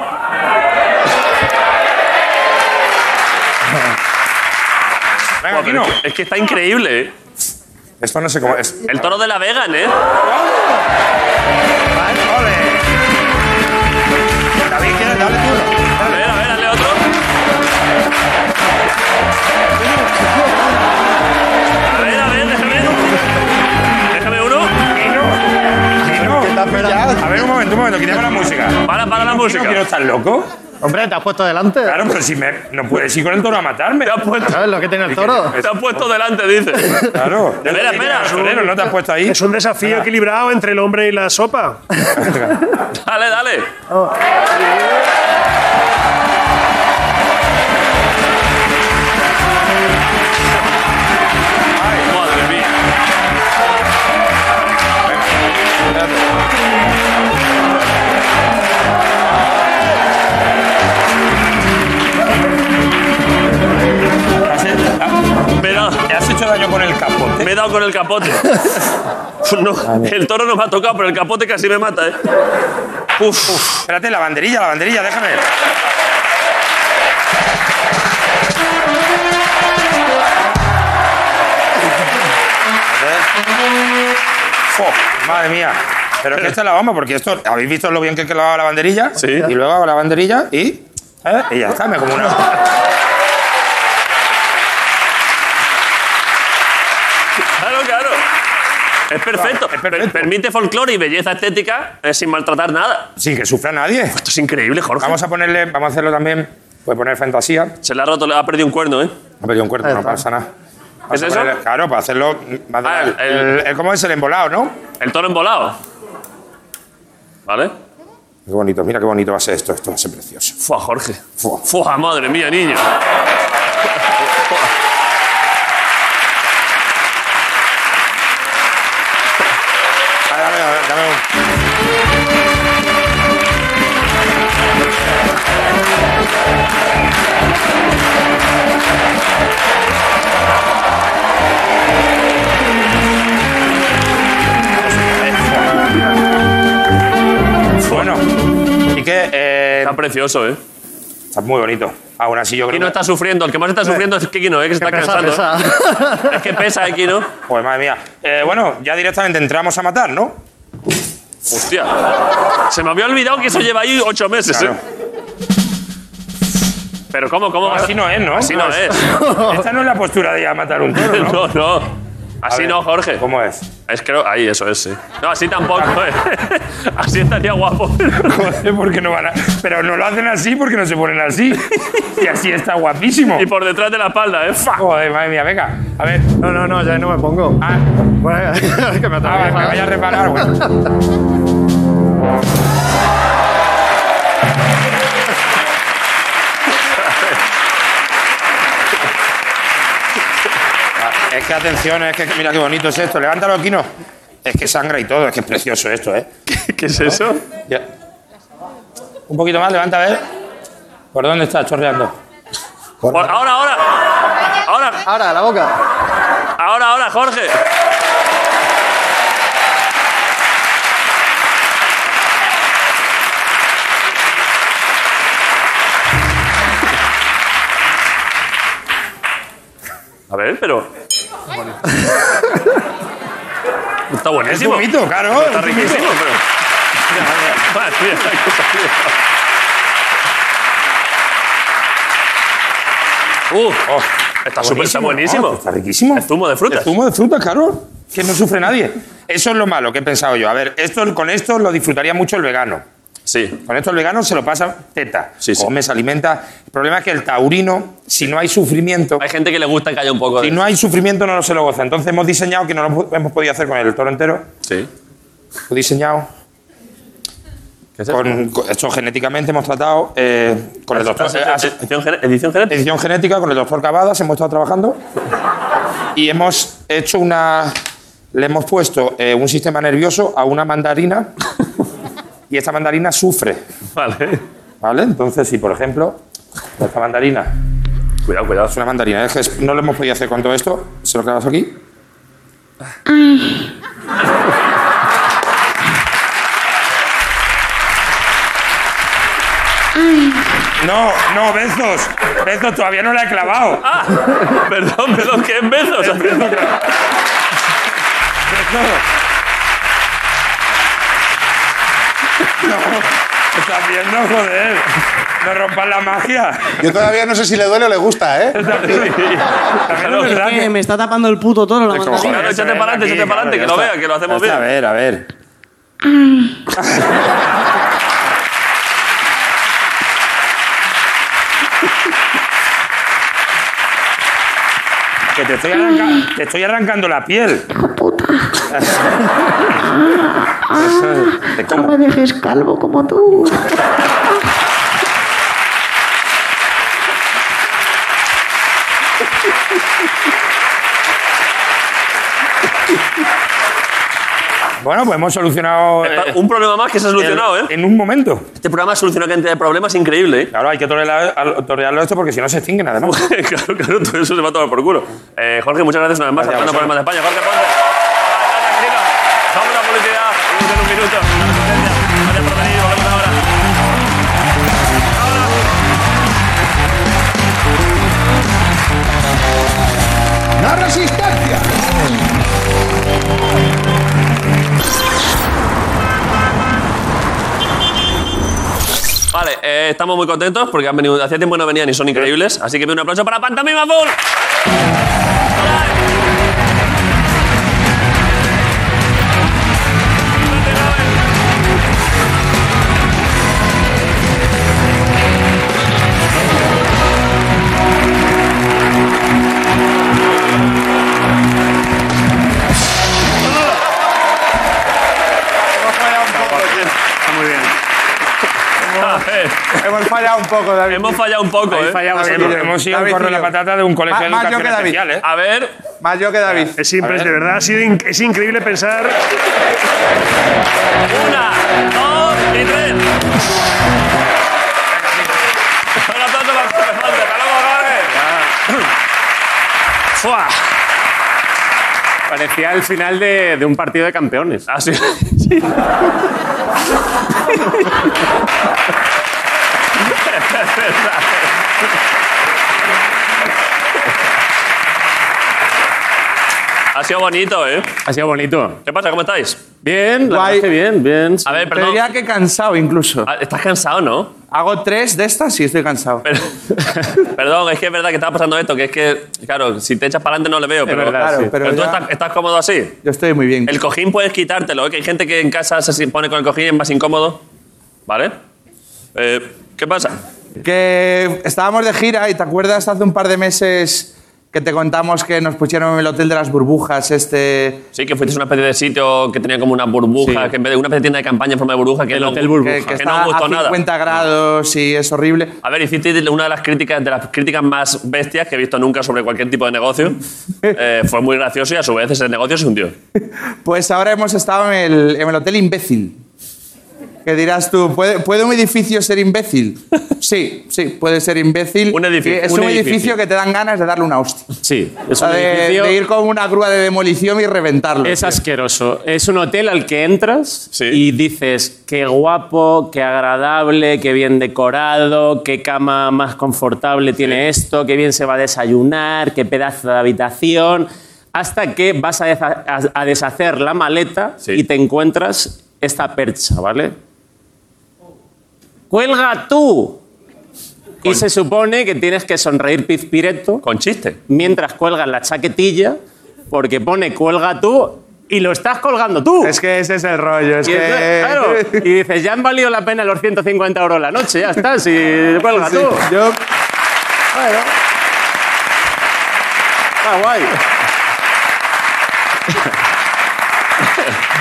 Speaker 1: Buah, pero
Speaker 9: Kino.
Speaker 1: es, que, es que está increíble. ¿eh?
Speaker 9: Esto no sé cómo es.
Speaker 1: El toro de la vegan, ¿eh?
Speaker 9: ¡Ole! David, ¿quieres? Dale tú.
Speaker 1: A ver, a ver, hazle otro. A ver, a ver, déjame. Déjame uno.
Speaker 9: Kino,
Speaker 4: ¿Qué te has pillado?
Speaker 9: A ver, un momento, un momento, quitemos la música.
Speaker 1: Para, para la
Speaker 9: Kino,
Speaker 1: música.
Speaker 9: Kino, ¿estás loco?
Speaker 10: Hombre, te has puesto delante.
Speaker 9: Claro, pero si me, no puedes ir con el toro a matarme.
Speaker 1: Te has puesto,
Speaker 10: ¿Sabes lo que tiene el toro?
Speaker 1: te has puesto delante, dice.
Speaker 9: Claro.
Speaker 1: Espera, espera.
Speaker 9: Torero, ¿No te has puesto ahí?
Speaker 5: Es un desafío equilibrado entre el hombre y la sopa.
Speaker 1: Dale, dale. Ay, madre mía. Me he dado-
Speaker 9: Te has hecho daño con el capote.
Speaker 1: me he dado con el capote. No, el toro no me ha tocado, pero el capote casi me mata, ¿eh? Uf.
Speaker 9: Espérate, la banderilla, la banderilla, déjame. Fo, ¡Oh! madre mía. Pero es que esta es la bomba, porque esto, ¿habéis visto lo bien que he clavado la banderilla? Sí. Y luego hago la banderilla y. ¿eh? Y ya está, me como una.
Speaker 1: Claro, claro. Es perfecto. Per- Permite folclore y belleza estética eh, sin maltratar nada.
Speaker 9: Sin que sufra nadie.
Speaker 1: Esto es increíble, Jorge.
Speaker 9: Vamos a ponerle, vamos a hacerlo también. Voy a poner fantasía.
Speaker 1: Se le ha roto, le ha perdido un cuerno, ¿eh?
Speaker 9: Ha perdido un cuerno, no pasa nada. Vamos
Speaker 1: ¿Es
Speaker 9: a
Speaker 1: eso?
Speaker 9: ponerle- claro, para hacerlo. más de-
Speaker 1: Ah, el-
Speaker 9: el, el- ¿Cómo es el embolado, no?
Speaker 1: El toro embolado. ¿Vale?
Speaker 9: Qué bonito, mira qué bonito va a ser esto. Esto va a ser precioso.
Speaker 1: Fua, Jorge.
Speaker 9: Fua.
Speaker 1: Fua, madre mía, niño.
Speaker 9: Dame, dame, dame, dame un- Bueno, y que eh,
Speaker 1: Está precioso, ¿eh?
Speaker 9: está muy bonito. Aún así, yo creo
Speaker 1: Kino
Speaker 9: que.
Speaker 1: está sufriendo. El que más está sufriendo es Kino, ¿eh? Que se está
Speaker 10: Pesa,
Speaker 1: cansando. ¿eh?
Speaker 10: pesa.
Speaker 1: Es que pesa, ¿eh, Kino?
Speaker 9: Pues madre mía. Eh, bueno, ya directamente entramos a matar, ¿no?
Speaker 1: Hostia. Se me había olvidado que eso lleva ahí ocho meses,
Speaker 9: Claro.
Speaker 1: ¿eh? Pero ¿cómo? ¿Cómo?
Speaker 9: Así no es, ¿no?
Speaker 1: Así no es.
Speaker 9: Esta no es la postura de ya matar un toro, ¿no?
Speaker 1: No, no.
Speaker 9: A
Speaker 1: Así
Speaker 9: ver,
Speaker 1: no, Jorge.
Speaker 9: ¿Cómo es?
Speaker 1: Es que no- ahí, eso es, sí. No, así tampoco, ¿eh? Así estaría guapo.
Speaker 9: Joder, porque no van a... Pero no lo hacen así porque no se ponen así. Y así está guapísimo.
Speaker 1: Y por detrás de la espalda, ¿eh? Fa.
Speaker 9: Joder, madre mía, venga. A ver.
Speaker 10: No, no, no, ya no me pongo.
Speaker 9: Ah,
Speaker 10: Bueno, es que me
Speaker 9: ah, vale,
Speaker 10: atrevo.
Speaker 9: me vaya a reparar, bueno. Ah, Es que atención, es que mira qué bonito es esto. Levántalo, Kino. Es que sangra y todo, es que es precioso esto, ¿eh?
Speaker 1: ¿Qué es eso?
Speaker 9: Ya. Un poquito más, levanta a ver. ¿Por dónde está chorreando?
Speaker 1: Por- Ahora, ahora. Ahora,
Speaker 10: Ahora, la boca.
Speaker 1: ahora, ahora, Jorge. A ver, pero. Está
Speaker 9: Es
Speaker 1: buenísimo.
Speaker 9: bonito, claro.
Speaker 1: Está riquísimo, pero. Madre mía, la que salió. Uh,
Speaker 9: Oh,
Speaker 1: está súper, está buenísimo.
Speaker 9: Ah, está riquísimo.
Speaker 1: El zumo de frutas.
Speaker 9: El zumo de frutas, claro. Que no sufre nadie. Eso es lo malo que he pensado yo. A ver, esto, con esto lo disfrutaría mucho el vegano.
Speaker 1: sí.
Speaker 9: Con esto el vegano se lo pasa teta.
Speaker 1: Sí, sí.
Speaker 9: Come, se alimenta. El problema es que el taurino, si no hay sufrimiento,
Speaker 1: Hay gente que le gusta que haya un poco de.
Speaker 9: si no hay sufrimiento, no lo se lo goza. Entonces hemos diseñado, que no lo hemos podido hacer con el toro entero,
Speaker 1: Sí.
Speaker 9: he diseñado. con, con- esto genéticamente hemos tratado eh, con el doctor. eh, as-
Speaker 1: Edición, gene- edición genética.
Speaker 9: edición genética con el doctor Cavadas, hemos estado trabajando y hemos hecho una. Le hemos puesto eh, un sistema nervioso a una mandarina y esta mandarina sufre.
Speaker 1: Vale.
Speaker 9: ¿Vale? Entonces, si por ejemplo, esta mandarina
Speaker 1: Cuidado, cuidado.
Speaker 9: es una mandarina, es que es- no lo hemos podido hacer con todo esto, se lo clavas aquí. No, no, Bezos. Bezos todavía no la he clavado.
Speaker 1: Ah, perdón, perdón, que en Bezos.
Speaker 9: ¿Estás viendo, joder? No rompas la magia.
Speaker 4: Yo todavía no sé si le duele o le gusta, ¿eh?
Speaker 9: Claro,
Speaker 6: Es
Speaker 9: ¿verdad?
Speaker 6: que me está tapando el puto toro la
Speaker 9: Te
Speaker 6: mandarina.
Speaker 9: cojones,
Speaker 1: échate
Speaker 9: ven
Speaker 1: para adelante,
Speaker 9: aquí,
Speaker 1: échate para adelante,
Speaker 9: ya
Speaker 1: que lo
Speaker 9: está.
Speaker 1: vea, que lo hacemos
Speaker 9: Ya está,
Speaker 1: bien.
Speaker 9: A ver, a ver. Que te estoy, arranca- te estoy arrancando la piel. Te como.
Speaker 11: Ah, dejes calvo como tú.
Speaker 9: Bueno, pues hemos solucionado. eh,
Speaker 1: Un problema más que se ha solucionado,
Speaker 9: el-
Speaker 1: ¿eh?
Speaker 9: En un momento.
Speaker 1: Este programa ha solucionado cantidad de problemas increíble, ¿eh?
Speaker 9: Claro, hay que torear- torearlo esto porque si no se extinguen, además.
Speaker 1: claro, claro, todo eso se va a tomar por culo. Eh, Jorge, muchas gracias una vez más.
Speaker 9: Gracias a
Speaker 1: Hablando problemas de
Speaker 9: vosotros.
Speaker 1: España. Jorge Ponte. Gracias, chicos. Vamos a la publicidad. Volvemos en un minuto. Gracias. Gracias por venir. Volvemos ahora.
Speaker 4: ¡No resistencia!
Speaker 1: que eh, estamos muy contentos porque han venido, hacía tiempo que no venían y son increíbles. Así que pido un aplauso para Pantomima Full.
Speaker 5: Muy bien.
Speaker 1: Oh. Hemos fallado un poco, David. Eh, Hemos fallado un poco,
Speaker 9: Ahí
Speaker 1: ¿eh?
Speaker 9: fallamos,
Speaker 1: Hemos-
Speaker 9: David.
Speaker 1: hemos ido al
Speaker 9: David
Speaker 1: corro
Speaker 9: y
Speaker 1: de la
Speaker 9: yo.
Speaker 1: patata de un colegio de
Speaker 9: Más- más yo
Speaker 1: educación
Speaker 9: que David.
Speaker 1: especial, ¿eh? A ver.
Speaker 9: Más yo que David.
Speaker 5: Es simple,
Speaker 1: A
Speaker 5: es
Speaker 1: ver.
Speaker 5: de verdad. ha sido in- es increíble pensar.
Speaker 1: Dos y tres. Un aplauso para Jorge Hernández. ¡Hasta luego, Jorge!
Speaker 11: ¡Fua! Parecía el final de, de un partido de campeones.
Speaker 1: Así. Ha sido bonito, ¿eh?
Speaker 11: Ha sido bonito.
Speaker 1: ¿Qué pasa? ¿Cómo estáis?
Speaker 11: Bien, la verdad que bien, bien.
Speaker 1: A ver, perdón. Ah,
Speaker 11: que cansado incluso.
Speaker 1: Estás cansado, ¿no?
Speaker 11: Hago tres de estas y estoy cansado.
Speaker 1: Perdón, es que es verdad que estaba pasando esto, que es que, claro, si te echas para adelante no le veo, pero,
Speaker 11: verdad, Claro, sí. pero
Speaker 1: tú
Speaker 11: ya-
Speaker 1: estás, estás cómodo así.
Speaker 11: Yo estoy muy bien.
Speaker 1: El cojín puedes quitártelo, ¿eh? que hay gente que en casa se si- pone con el cojín y es más incómodo. ¿Vale? Eh, ¿Qué pasa?
Speaker 12: Que estábamos de gira y te acuerdas hace un par de meses que te contamos que nos pusieron en el hotel de las burbujas este.
Speaker 1: Sí, que fuiste a una especie de sitio que tenía como una burbuja, que en vez de una especie de tienda de campaña en forma de burbuja, que no,
Speaker 12: Que,
Speaker 1: que
Speaker 12: que
Speaker 1: no
Speaker 12: está
Speaker 1: gustó
Speaker 12: a
Speaker 1: nada.
Speaker 12: 50 grados y es horrible.
Speaker 1: A ver, hiciste una de las críticas de las críticas más bestias que he visto nunca sobre cualquier tipo de negocio. Eh, fue muy gracioso y a su vez ese negocio se hundió.
Speaker 12: Pues ahora hemos estado en el, en el hotel imbécil. Que dirás tú, ¿puede, puede un edificio ser imbécil? Sí, sí, puede ser imbécil. Un
Speaker 11: edificio,
Speaker 12: Es
Speaker 11: un
Speaker 12: un, edificio.
Speaker 11: edificio.
Speaker 12: que te dan ganas de darle una hostia.
Speaker 11: Sí, es
Speaker 12: O
Speaker 11: un
Speaker 12: sea, de,
Speaker 11: edificio.
Speaker 12: de ir con una grúa de demolición y reventarlo.
Speaker 11: Es asqueroso. Es un hotel al que entras y dices, qué guapo, qué agradable, qué bien decorado, qué cama más confortable tiene esto, qué bien se va a desayunar, qué pedazo de habitación. Hasta que vas a, deza- a- a deshacer la maleta y te encuentras esta percha, ¿vale? ¡Cuelga tú! Y se supone que tienes que sonreír pizpireto.
Speaker 1: Con chiste.
Speaker 11: Mientras cuelgas la chaquetilla, porque pone cuelga tú y lo estás colgando tú. Es
Speaker 12: que ese es el rollo.
Speaker 11: y, entonces, claro, y dices, ya han valido la pena los 150 euros la noche, ya está, si cuelga
Speaker 12: Sí,
Speaker 11: tú.
Speaker 12: Yo
Speaker 11: Bueno. Está guay.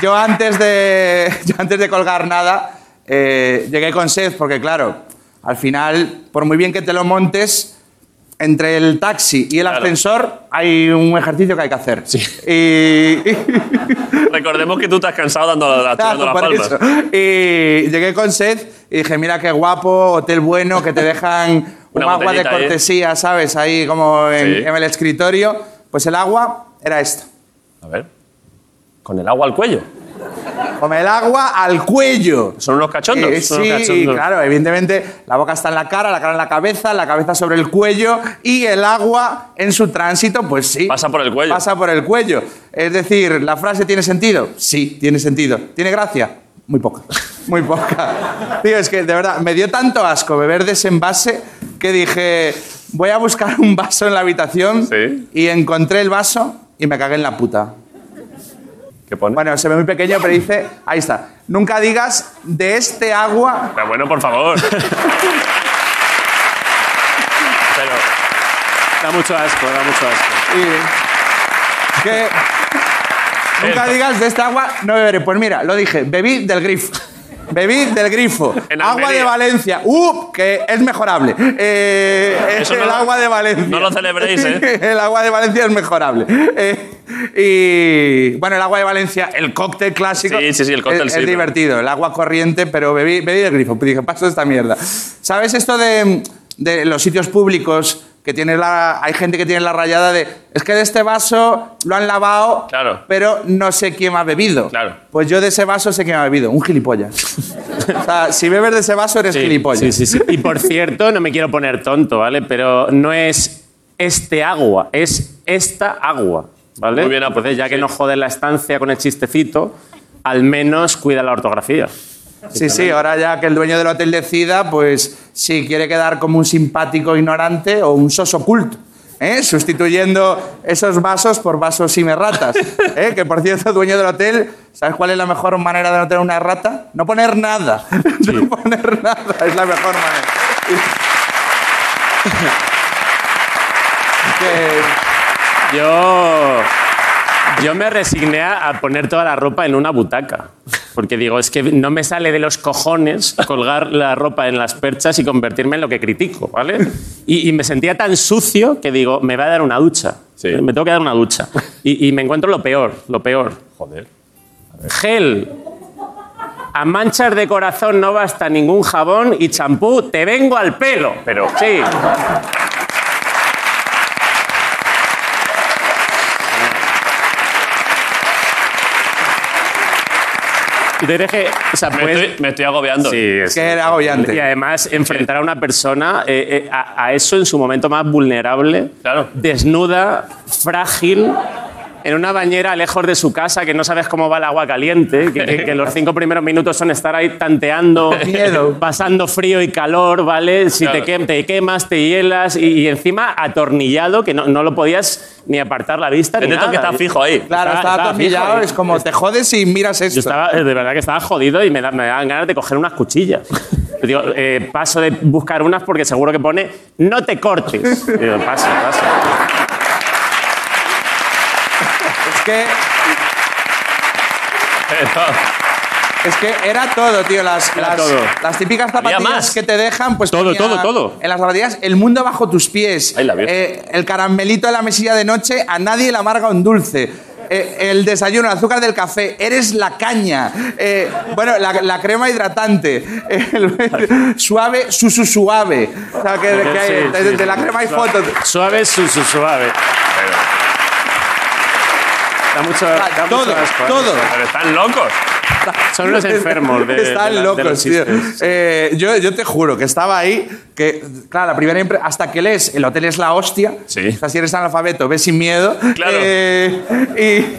Speaker 12: yo antes de yo antes de colgar nada eh, llegué con sed porque claro al final por muy bien que te lo montes entre el taxi y el ascensor hay un ejercicio que hay que hacer y,
Speaker 1: Recordemos que tú te has cansado dando la, la- tirando
Speaker 12: Claro,
Speaker 1: las
Speaker 12: por
Speaker 1: palmas.
Speaker 12: eso. Y llegué con sed y dije, mira qué guapo, hotel bueno, que te dejan un
Speaker 1: Una
Speaker 12: agua de
Speaker 1: botellita ahí.
Speaker 12: cortesía, ¿sabes? Ahí como en,
Speaker 1: Sí.
Speaker 12: en el escritorio. Pues el agua era esta.
Speaker 1: A ver. Con el agua al cuello.
Speaker 12: Con el agua al cuello.
Speaker 1: Son unos cachondos.
Speaker 12: Eh,
Speaker 1: son unos
Speaker 12: sí, y
Speaker 1: cachondos.
Speaker 12: claro, evidentemente la boca está en la cara, la cara en la cabeza, la cabeza sobre el cuello y el agua en su tránsito, pues sí. Pasa
Speaker 1: por el cuello.
Speaker 12: Pasa por el cuello. Es decir, ¿la frase tiene sentido? Sí, tiene sentido. ¿Tiene gracia? Muy poca. Muy poca. Tío, es que de verdad, me dio tanto asco beber de ese envase que dije, voy a buscar un vaso en la habitación y encontré el vaso y me cagué en la puta.
Speaker 1: ¿Qué pone?
Speaker 12: Bueno, se ve muy pequeño, pero dice, ahí está. Nunca digas de este agua.
Speaker 1: Pero bueno, por favor. Pero.
Speaker 11: Da mucho asco, da mucho asco.
Speaker 12: y- que nunca digas de esta agua no beberé. Pues mira, lo dije, bebí del grifo. Bebí del grifo.
Speaker 1: En
Speaker 12: agua de
Speaker 1: Almería.
Speaker 12: Valencia. ¡Uh! Que es mejorable. Eh, es
Speaker 1: Eso no
Speaker 12: el
Speaker 1: lo-
Speaker 12: agua de Valencia.
Speaker 1: no lo celebréis, ¿eh?
Speaker 12: el agua de Valencia es mejorable. Eh, y bueno, el agua de Valencia, el cóctel clásico.
Speaker 1: Sí, sí, sí, el cóctel
Speaker 12: es,
Speaker 1: sí,
Speaker 12: es
Speaker 1: pero-
Speaker 12: divertido. El agua corriente, pero bebí, bebí del grifo. Dije, paso esta mierda. ¿Sabes esto de, de los sitios públicos? Que tiene la, hay gente que tiene la rayada de. Es que de este vaso lo han lavado, pero no sé quién ha bebido. Pues yo de ese vaso sé quién ha bebido. Un gilipollas. o sea, si bebes de ese vaso eres gilipollas.
Speaker 11: Sí, sí, sí. Y por cierto, no me quiero poner tonto, ¿vale? Pero no es este agua, es esta agua, ¿vale?
Speaker 1: Muy bien, ah, pues
Speaker 11: entonces ya que no jodes la estancia con el chistecito, al menos cuida la ortografía.
Speaker 12: Sí, sí, ahora ya que el dueño del hotel decida, pues si quiere quedar como un simpático ignorante o un soso culto. ¿eh? Sustituyendo esos vasos por vasos y merratas. ¿eh? Que por cierto, dueño del hotel, ¿sabes cuál es la mejor manera de no tener una rata? No poner nada. No poner nada es la mejor manera.
Speaker 11: Yo. Yo me resigné a a poner toda la ropa en una butaca. Porque digo, es que no me sale de los cojones colgar la ropa en las perchas y convertirme en lo que critico, ¿vale? Y, y me sentía tan sucio que digo, me va a dar una ducha. Me tengo que dar una ducha. Y, y me encuentro lo peor, lo peor. Joder. Gel. A manchas de corazón no basta ningún jabón y champú, te vengo al pelo. Pero. Sí. Y te diré que, o sea,
Speaker 1: Me
Speaker 11: puedes-
Speaker 1: estoy- me estoy agobiando.
Speaker 11: Sí, es
Speaker 12: que era
Speaker 11: Y además, enfrentar a una persona eh, eh, a, a eso en su momento más vulnerable, desnuda, frágil, en una bañera lejos de su casa, que no sabes cómo va el agua caliente, que, que- que los cinco primeros minutos son estar ahí tanteando,
Speaker 12: Miedo.
Speaker 11: pasando frío y calor, ¿vale? Si te,
Speaker 1: Claro.
Speaker 11: quem- te quemas, te hielas y, y encima atornillado, que no, no lo podías ni apartar la vista.
Speaker 1: Es
Speaker 11: ni
Speaker 1: de esto
Speaker 11: nada.
Speaker 1: que está fijo ahí.
Speaker 12: Claro,
Speaker 11: Estaba-
Speaker 12: estaba
Speaker 11: estaba fijo
Speaker 12: atornillado,
Speaker 11: ahí.
Speaker 12: es como te jodes y miras esto.
Speaker 11: Yo estaba, eh, de verdad que estaba jodido y me, da- me daban ganas de coger unas cuchillas. Digo, eh, paso de buscar unas porque seguro que pone no te cortes. Digo, paso, paso.
Speaker 12: Es que. Es que era todo, tío. Las, las,
Speaker 11: todo.
Speaker 12: las típicas
Speaker 11: Había
Speaker 12: zapatillas
Speaker 11: más.
Speaker 12: que te dejan, pues.
Speaker 11: Todo,
Speaker 12: tenía
Speaker 11: todo, todo.
Speaker 12: En las zapatillas, el mundo bajo tus pies.
Speaker 11: Ahí la vio.
Speaker 12: Eh, el caramelito de la mesilla de noche, a nadie le amarga un dulce. Eh, el desayuno, el azúcar del café, eres la caña. Eh, bueno, la, la crema hidratante. El- suave, su, su, suave. O sea, que, que hay-
Speaker 11: Sí,
Speaker 12: de,
Speaker 11: sí,
Speaker 12: de la
Speaker 11: sí.
Speaker 12: crema hay
Speaker 11: Suave-
Speaker 12: fotos.
Speaker 11: Suave, su, su- suave. Da mucho, da
Speaker 12: Todo,
Speaker 11: mucho asco, ¿eh?
Speaker 12: todo.
Speaker 11: Pero están locos. Son los enfermos de,
Speaker 12: Están
Speaker 11: de la- de los
Speaker 12: locos, tío.
Speaker 11: chistes.
Speaker 12: Eh, yo, yo te juro que estaba ahí, que, claro, la primera impre- hasta que lees, el hotel es la hostia. Sí. O sea, si eres analfabeto, ves sin miedo.
Speaker 1: Claro.
Speaker 12: Eh, y-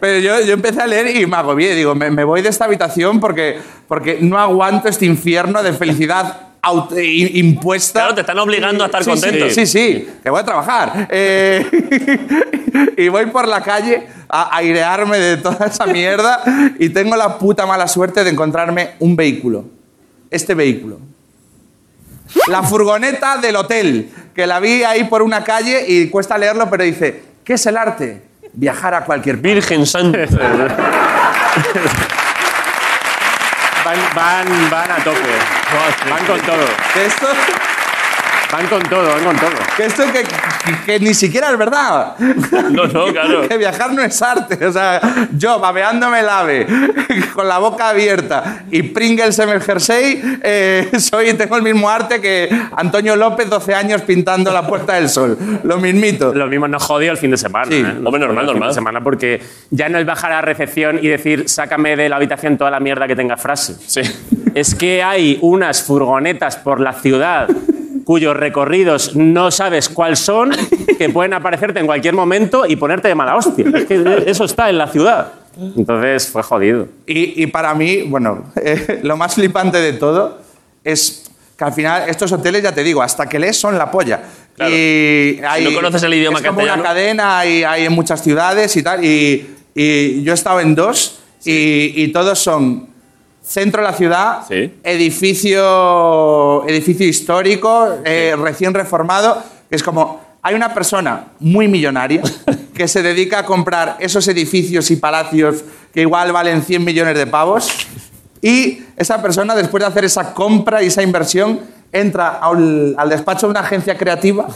Speaker 12: pero yo, yo empecé a leer y me agobié. Digo, me, me voy de esta habitación porque, porque no aguanto este infierno de felicidad aut- i- impuesta.
Speaker 1: Claro, te están obligando a estar
Speaker 12: Sí, sí,
Speaker 1: contento.
Speaker 12: Sí, sí, que voy a trabajar. Eh, y voy por la calle a airearme de toda esa mierda y tengo la puta mala suerte de encontrarme un vehículo. Este vehículo. La furgoneta del hotel, que la vi ahí por una calle y cuesta leerlo, pero dice, ¿qué es el arte? Viajar a cualquier...
Speaker 1: Virgen Santa.
Speaker 11: Van, van, van a tope. Van con todo.
Speaker 12: Que esto,
Speaker 11: Van con todo, van con todo.
Speaker 12: que, esto que, que ni siquiera es verdad.
Speaker 1: No, no, claro.
Speaker 12: Que viajar no es arte. O sea, yo babeándome el ave, con la boca abierta y Pringles en el jersey, eh, soy, tengo el mismo arte que Antonio López, 12 años, pintando la Puerta del Sol. Lo mismito.
Speaker 11: Lo mismo nos jodió el fin de semana. ¿eh? Nos jodió
Speaker 1: Hombre, normal,
Speaker 11: el fin de
Speaker 1: normal.
Speaker 11: semana porque ya no es bajar a la recepción y decir, sácame de la habitación toda la mierda que tenga frase. Es que hay unas furgonetas por la ciudad cuyos recorridos no sabes cuáles son, que pueden aparecerte en cualquier momento y ponerte de mala hostia. Es que eso está en la ciudad. Entonces fue jodido.
Speaker 12: Y, y para mí, bueno, eh, lo más flipante de todo es que al final estos hoteles, ya te digo, hasta que lees son la polla. Y hay,
Speaker 1: no conoces el idioma
Speaker 12: es como
Speaker 1: castellano.
Speaker 12: una cadena, hay, hay en muchas ciudades y tal. Y, y yo he estado en dos y, y todos son centro de la ciudad, edificio, edificio histórico, eh, recién reformado. que Es como, hay una persona muy millonaria que se dedica a comprar esos edificios y palacios que igual valen 100 millones de pavos. Y esa persona, después de hacer esa compra y esa inversión, entra al, al despacho de una agencia creativa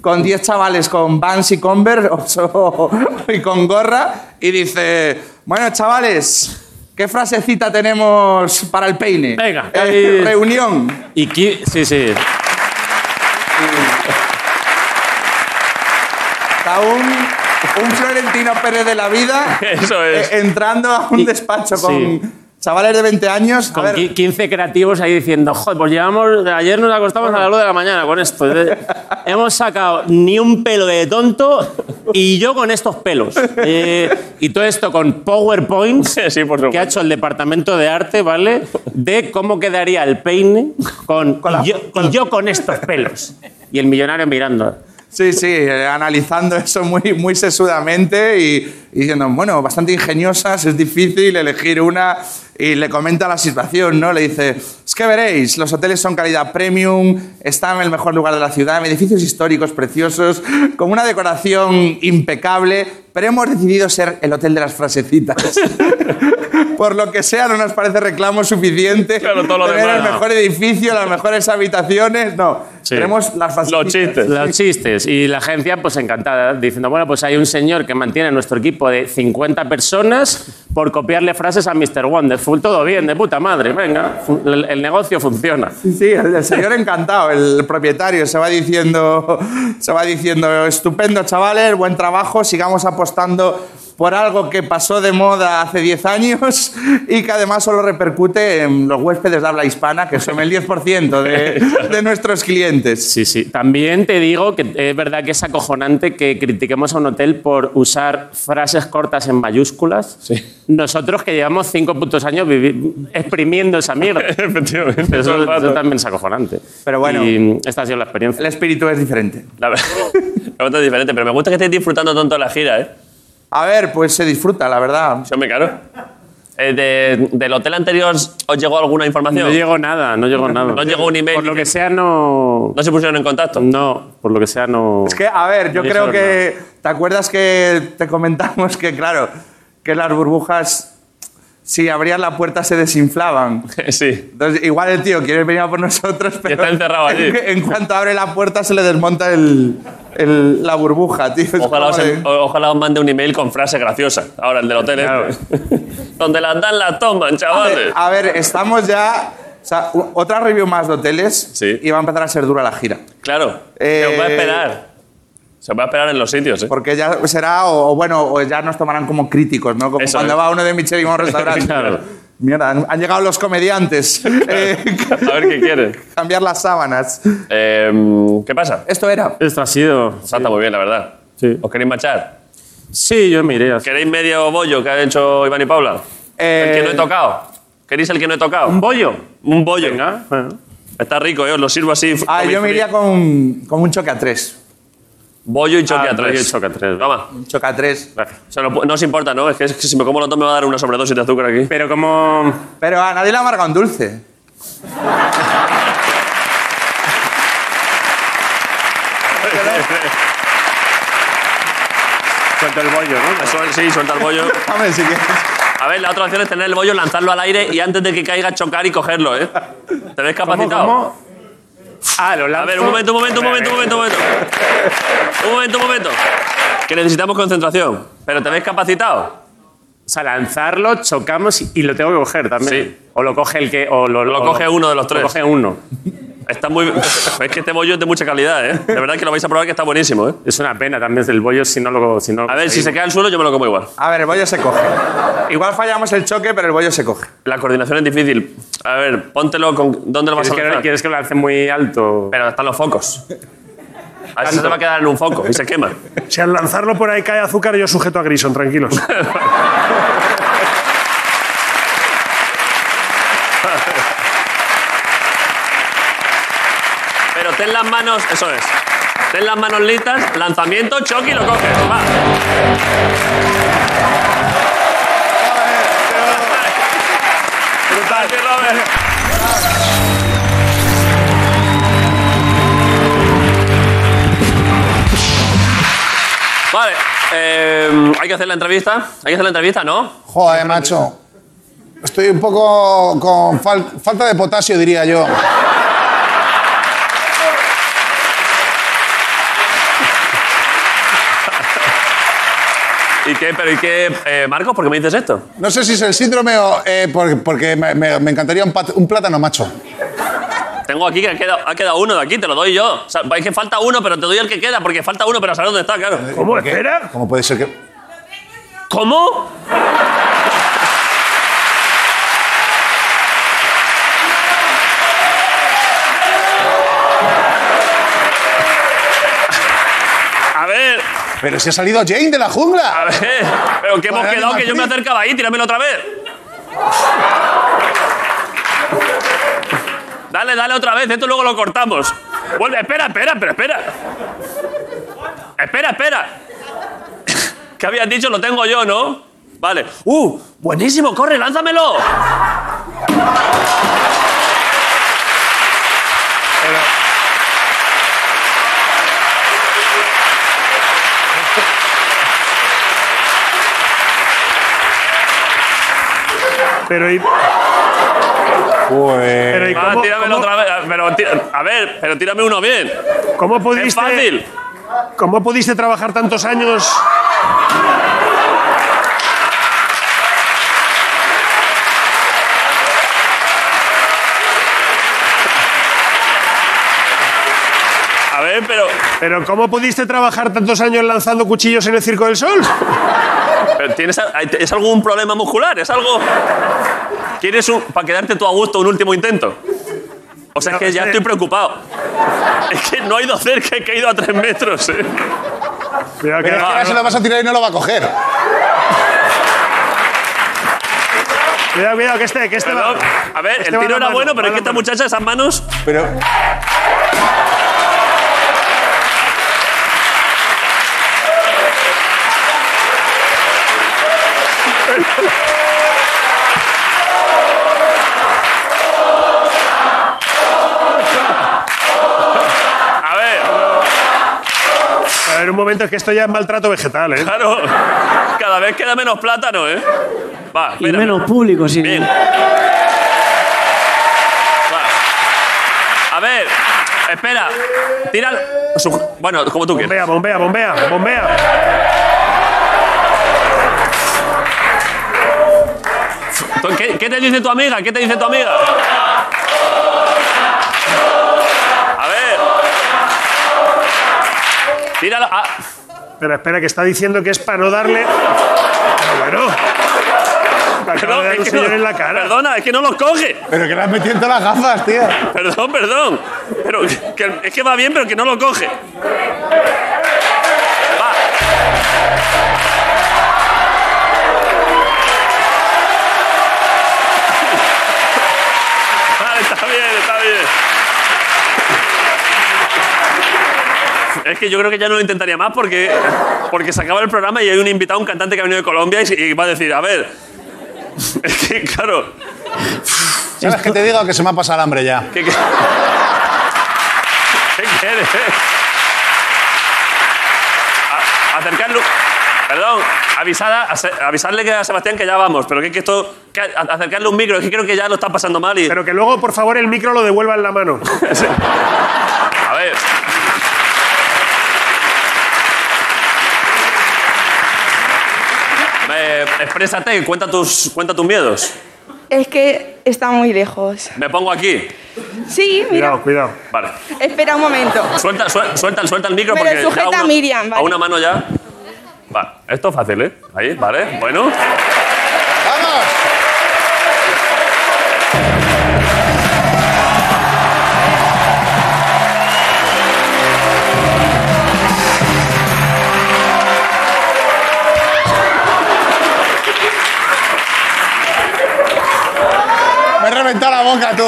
Speaker 12: con 10 chavales con Vans y Converse o- o- y con gorra y dice, bueno, chavales, ¿qué frasecita tenemos para el peine?
Speaker 11: Venga,
Speaker 12: Eh,
Speaker 11: ahí-
Speaker 12: reunión.
Speaker 11: Y qui- sí, sí.
Speaker 12: Está un, un Florentino Pérez de la vida
Speaker 1: Eso es.
Speaker 12: eh, entrando a un despacho con... Chavales de 20 años.
Speaker 11: Con qui- 15 creativos ahí diciendo, joder, pues llevamos, ayer nos acostamos a las 2 de la mañana con esto. De- Hemos sacado ni un pelo de tonto y yo con estos pelos. Eh, y todo esto con PowerPoints que ha hecho el departamento de arte, ¿vale? De cómo quedaría el peine con, y yo, y yo con estos pelos. Y el millonario mirando.
Speaker 12: Sí, sí, eh, analizando eso muy, muy sesudamente y, y diciendo, bueno, bastante ingeniosas, es difícil elegir una. Y le comenta la situación, ¿no? Le dice, es que veréis, los hoteles son calidad premium, están en el mejor lugar de la ciudad, en edificios históricos preciosos, con una decoración impecable, pero hemos decidido ser el hotel de las frasecitas. Por lo que sea, no nos parece reclamo suficiente. Claro, todo
Speaker 1: lo
Speaker 12: Tener
Speaker 1: demás,
Speaker 12: el
Speaker 1: no.
Speaker 12: mejor edificio, las mejores habitaciones, no. Queremos las frasecitas.
Speaker 11: Los chistes. Los chistes. Y la agencia, pues encantada, diciendo, bueno, pues hay un señor que mantiene nuestro equipo de 50 personas por copiarle frases a Mr. Wonderful. Todo bien, de puta madre, venga. fu- El, el negocio funciona.
Speaker 12: Sí, sí, el señor encantado, el propietario, se va diciendo, se va diciendo, estupendo chavales, buen trabajo, sigamos apostando por algo que pasó de moda hace 10 años y que además solo repercute en los huéspedes de habla hispana, que son el 10% de, de nuestros clientes.
Speaker 11: Sí, sí. También te digo que es verdad que es acojonante que critiquemos a un hotel por usar frases cortas en mayúsculas. Nosotros que llevamos cinco putos años vivi- exprimiendo esa mierda. Efectivamente.
Speaker 12: todo
Speaker 11: Eso,
Speaker 12: el rato.
Speaker 11: eso también es acojonante.
Speaker 12: Pero bueno.
Speaker 11: Y esta ha sido la experiencia.
Speaker 12: El espíritu es diferente.
Speaker 1: La verdad, la verdad es diferente, pero me gusta que estéis disfrutando tanto de la gira, ¿eh?
Speaker 12: A ver, pues se disfruta, la verdad.
Speaker 1: Sí, hombre, claro. Eh, de- ¿Del hotel anterior os llegó alguna información?
Speaker 11: No llegó nada, no llegó nada.
Speaker 1: No llegó un email.
Speaker 11: Por lo que sea, no.
Speaker 1: ¿No se pusieron en contacto?
Speaker 11: No, por lo que sea, no.
Speaker 12: Es que, a ver, yo
Speaker 11: No
Speaker 12: creo
Speaker 11: dijeron
Speaker 12: que. ¿Te acuerdas que te comentamos que, claro, que las burbujas, si abrías la puerta, se desinflaban?
Speaker 1: Sí.
Speaker 12: Entonces, igual el tío quiere venir a por nosotros, pero.
Speaker 1: está encerrado allí.
Speaker 12: En, en cuanto abre la puerta, se le desmonta el- el- la burbuja, tío. Es
Speaker 1: Ojalá
Speaker 12: como
Speaker 1: os,
Speaker 12: de-
Speaker 1: o- ojalá os mande un email con frase graciosa. Ahora, el del hotel. ¿eh? Donde las dan, las toman, chavales.
Speaker 13: Ah,
Speaker 12: A ver, estamos ya. O sea, u- otra review más de hoteles y va a empezar a ser dura la gira.
Speaker 1: Claro.
Speaker 12: Eh,
Speaker 1: Se os va a esperar. Se os va a esperar en los sitios, ¿eh?
Speaker 12: Porque ya será, o, o bueno, o ya nos tomarán como críticos, ¿no? Como
Speaker 1: Eso
Speaker 12: cuando
Speaker 1: es.
Speaker 12: va uno de Michelin a un restaurante.
Speaker 1: Claro.
Speaker 12: Mierda, han, han llegado los comediantes. Eh,
Speaker 1: A ver qué quiere.
Speaker 12: cambiar las sábanas.
Speaker 1: Eh, ¿Qué pasa?
Speaker 12: Esto era.
Speaker 11: Esto ha sido.
Speaker 1: Está muy bien, la verdad. ¿Os queréis machar?
Speaker 11: Sí, yo me iré.
Speaker 1: ¿Queréis medio bollo que ha hecho Iván y Paula? El que no he tocado. ¿Queréis el que no he tocado? ¿Un
Speaker 11: bollo?
Speaker 1: Un bollo. Está rico, ¿eh? Os lo sirvo así.
Speaker 12: Ah,
Speaker 1: come
Speaker 12: yo me
Speaker 1: free.
Speaker 12: iría con, con un choque a tres.
Speaker 1: Bollo y choque
Speaker 11: Ah,
Speaker 1: a tres.
Speaker 11: bollo y choque a tres.
Speaker 1: Toma.
Speaker 12: Choque a tres.
Speaker 1: O sea, no, pu- no os importa, ¿no? Es que, es que si me como los dos me va a dar una sobredosis de azúcar aquí.
Speaker 11: Pero como...
Speaker 12: Pero a nadie le amarga un dulce.
Speaker 1: Suelta el bollo, ¿no? Eso es, sí, suelta el bollo.
Speaker 12: Hombre, si quieres.
Speaker 1: A ver, la otra opción es tener el bollo, lanzarlo al aire y antes de que caiga chocar y cogerlo, ¿eh? ¿Te ves capacitado?
Speaker 11: Ah, lo lanzo.
Speaker 1: A ver, un momento, un momento, un momento, un momento, un momento. Un momento, un momento. Que necesitamos concentración. ¿Pero te ves capacitado?
Speaker 11: O sea, lanzarlo, chocamos y- y lo tengo que coger también.
Speaker 1: Sí.
Speaker 11: O lo coge el que. O lo,
Speaker 1: Lo
Speaker 11: o
Speaker 1: coge uno de los
Speaker 11: lo
Speaker 1: tres.
Speaker 11: coge uno.
Speaker 1: Está muy... Es que este bollo es de mucha calidad, ¿eh? De verdad que lo vais a probar que está buenísimo, ¿eh?
Speaker 11: Es una pena también el bollo si no lo. Si no lo
Speaker 1: A ver, si se
Speaker 11: conseguimos.
Speaker 1: cae al suelo yo me lo como igual.
Speaker 12: A ver, el bollo se coge. Igual fallamos el choque, pero el bollo se coge.
Speaker 1: La coordinación es difícil. A ver, póntelo con... ¿Dónde lo vas
Speaker 11: ¿Quieres
Speaker 1: a
Speaker 11: que, lo-
Speaker 1: lanzar?
Speaker 11: quieres que lo lance muy alto?
Speaker 1: Pero están los focos. A ver si se te va a quedar en un foco y se quema.
Speaker 5: Si al lanzarlo por ahí cae azúcar, yo sujeto a Grison, tranquilos.
Speaker 1: Pero ten las manos, eso es. Ten las manos listas, lanzamiento, choque y lo coges. Va. Brutal. Robert. Vale, eh, hay que hacer la entrevista. Hay que hacer la entrevista, ¿no?
Speaker 4: Joder, macho. Estoy un poco con fal- falta de potasio, diría yo.
Speaker 1: ¿Y qué, pero, ¿y qué eh, Marcos, por qué me dices esto?
Speaker 4: No sé si es el síndrome o... eh, por- porque me, me- me encantaría un, pat- un plátano, macho.
Speaker 1: Tengo aquí que ha quedado, ha quedado uno de aquí, te lo doy yo. O sea, es que falta uno, pero te doy el que queda, porque falta uno, pero saber dónde está, claro.
Speaker 5: ¿Cómo? ¿Espera?
Speaker 4: ¿Cómo puede ser que...?
Speaker 1: ¿Cómo?
Speaker 4: Pero si ha salido Jane de la jungla.
Speaker 1: A ver, pero que hemos
Speaker 4: Vale,
Speaker 1: quedado que yo me
Speaker 4: Martín.
Speaker 1: acercaba ahí, tíramelo otra vez. Dale, dale otra vez, esto luego lo cortamos. Vuelve, espera, espera, espera, espera. Espera, espera. ¿Qué habías dicho? Lo tengo yo, ¿no? Vale. ¡Uh! ¡Buenísimo! ¡Corre, lánzamelo!
Speaker 5: Pero y- Pero, ¿y
Speaker 1: Va,
Speaker 5: cómo-
Speaker 1: Ah, tíramelo otra vez. Pero tí- a ver, pero tírame uno bien.
Speaker 5: ¿cómo pudiste,
Speaker 1: Es fácil.
Speaker 5: ¿Cómo pudiste trabajar tantos años?
Speaker 1: A ver, pero.
Speaker 5: Pero ¿cómo pudiste trabajar tantos años lanzando cuchillos en el Circo del Sol?
Speaker 1: Pero tienes, ¿Es algún problema muscular? ¿Es algo...? ¿Quieres un, para quedarte tú a gusto un último intento? O sea, es que ya estoy preocupado. Es que no he ido a cerca, es que he ido a tres metros. eh.
Speaker 4: Pero es que ahora se lo vas a tirar y no lo va a coger.
Speaker 5: Cuidado, cuidado, que este, que este va.
Speaker 1: A ver,
Speaker 5: Este
Speaker 1: el
Speaker 5: va
Speaker 1: tiro
Speaker 5: a
Speaker 1: era
Speaker 5: la mano,
Speaker 1: bueno, pero
Speaker 5: va
Speaker 1: es
Speaker 5: a
Speaker 1: que esta
Speaker 5: la mano.
Speaker 1: muchacha, esas manos...
Speaker 4: Pero.
Speaker 1: A ver,
Speaker 5: A ver, un momento, es que esto ya es maltrato vegetal, ¿eh?
Speaker 1: claro. Cada vez queda menos plátano, ¿eh? Va,
Speaker 6: Y
Speaker 1: espérame.
Speaker 6: menos público, sí.
Speaker 1: Bien. A ver, espera. Tira... su- Bueno, como tú quieras.
Speaker 5: Bombea, bombea, bombea, bombea.
Speaker 1: ¿Qué, qué te dice tu amiga? ¿Qué te dice tu amiga? A ver. Tíralo. Ah,
Speaker 5: Pero espera, que está diciendo que es para no darle. Pero bueno. Me acaba
Speaker 1: perdón,
Speaker 5: de dar
Speaker 1: es
Speaker 5: un
Speaker 1: que
Speaker 5: señor
Speaker 1: no-
Speaker 5: en la cara.
Speaker 1: Perdona, es que no los coge.
Speaker 4: Pero que le has metido en todas las gafas, tío.
Speaker 1: Perdón, perdón. Pero que- es que va bien, pero que no lo coge. Va. Vale, está bien, está bien. Es que yo creo que ya no lo intentaría más porque, porque se acaba el programa y hay un invitado, un cantante que ha venido de Colombia y, y va a decir, a ver, es que claro,
Speaker 4: ¿Sabes qué te digo? Que se me ha pasado el hambre ya.
Speaker 1: ¿Qué, qué? ¿Qué quieres? A- acercarlo. Perdón, avisad a- a Se- avisadle que a Sebastián que ya vamos, pero que, que esto. que a- acercarle un micro, es que creo que ya lo está pasando mal y.
Speaker 5: Pero que luego, por favor, el micro lo devuelva en la mano.
Speaker 1: A ver. Eh, exprésate, cuenta tus, cuenta tus miedos.
Speaker 14: Es que está muy lejos.
Speaker 1: Me pongo aquí.
Speaker 14: Sí, mira.
Speaker 5: cuidado.
Speaker 1: Vale.
Speaker 14: Espera un momento.
Speaker 1: Suelta, suel- suelta, suelta el micro
Speaker 14: Me lo
Speaker 1: porque. ya
Speaker 14: sujeta
Speaker 1: uno-
Speaker 14: Miriam,
Speaker 1: A
Speaker 14: vale.
Speaker 1: una mano ya. Vale, esto es fácil, ¿eh? Ahí, vale. Bueno.
Speaker 4: ¡Vamos! Me he reventado la boca, tú.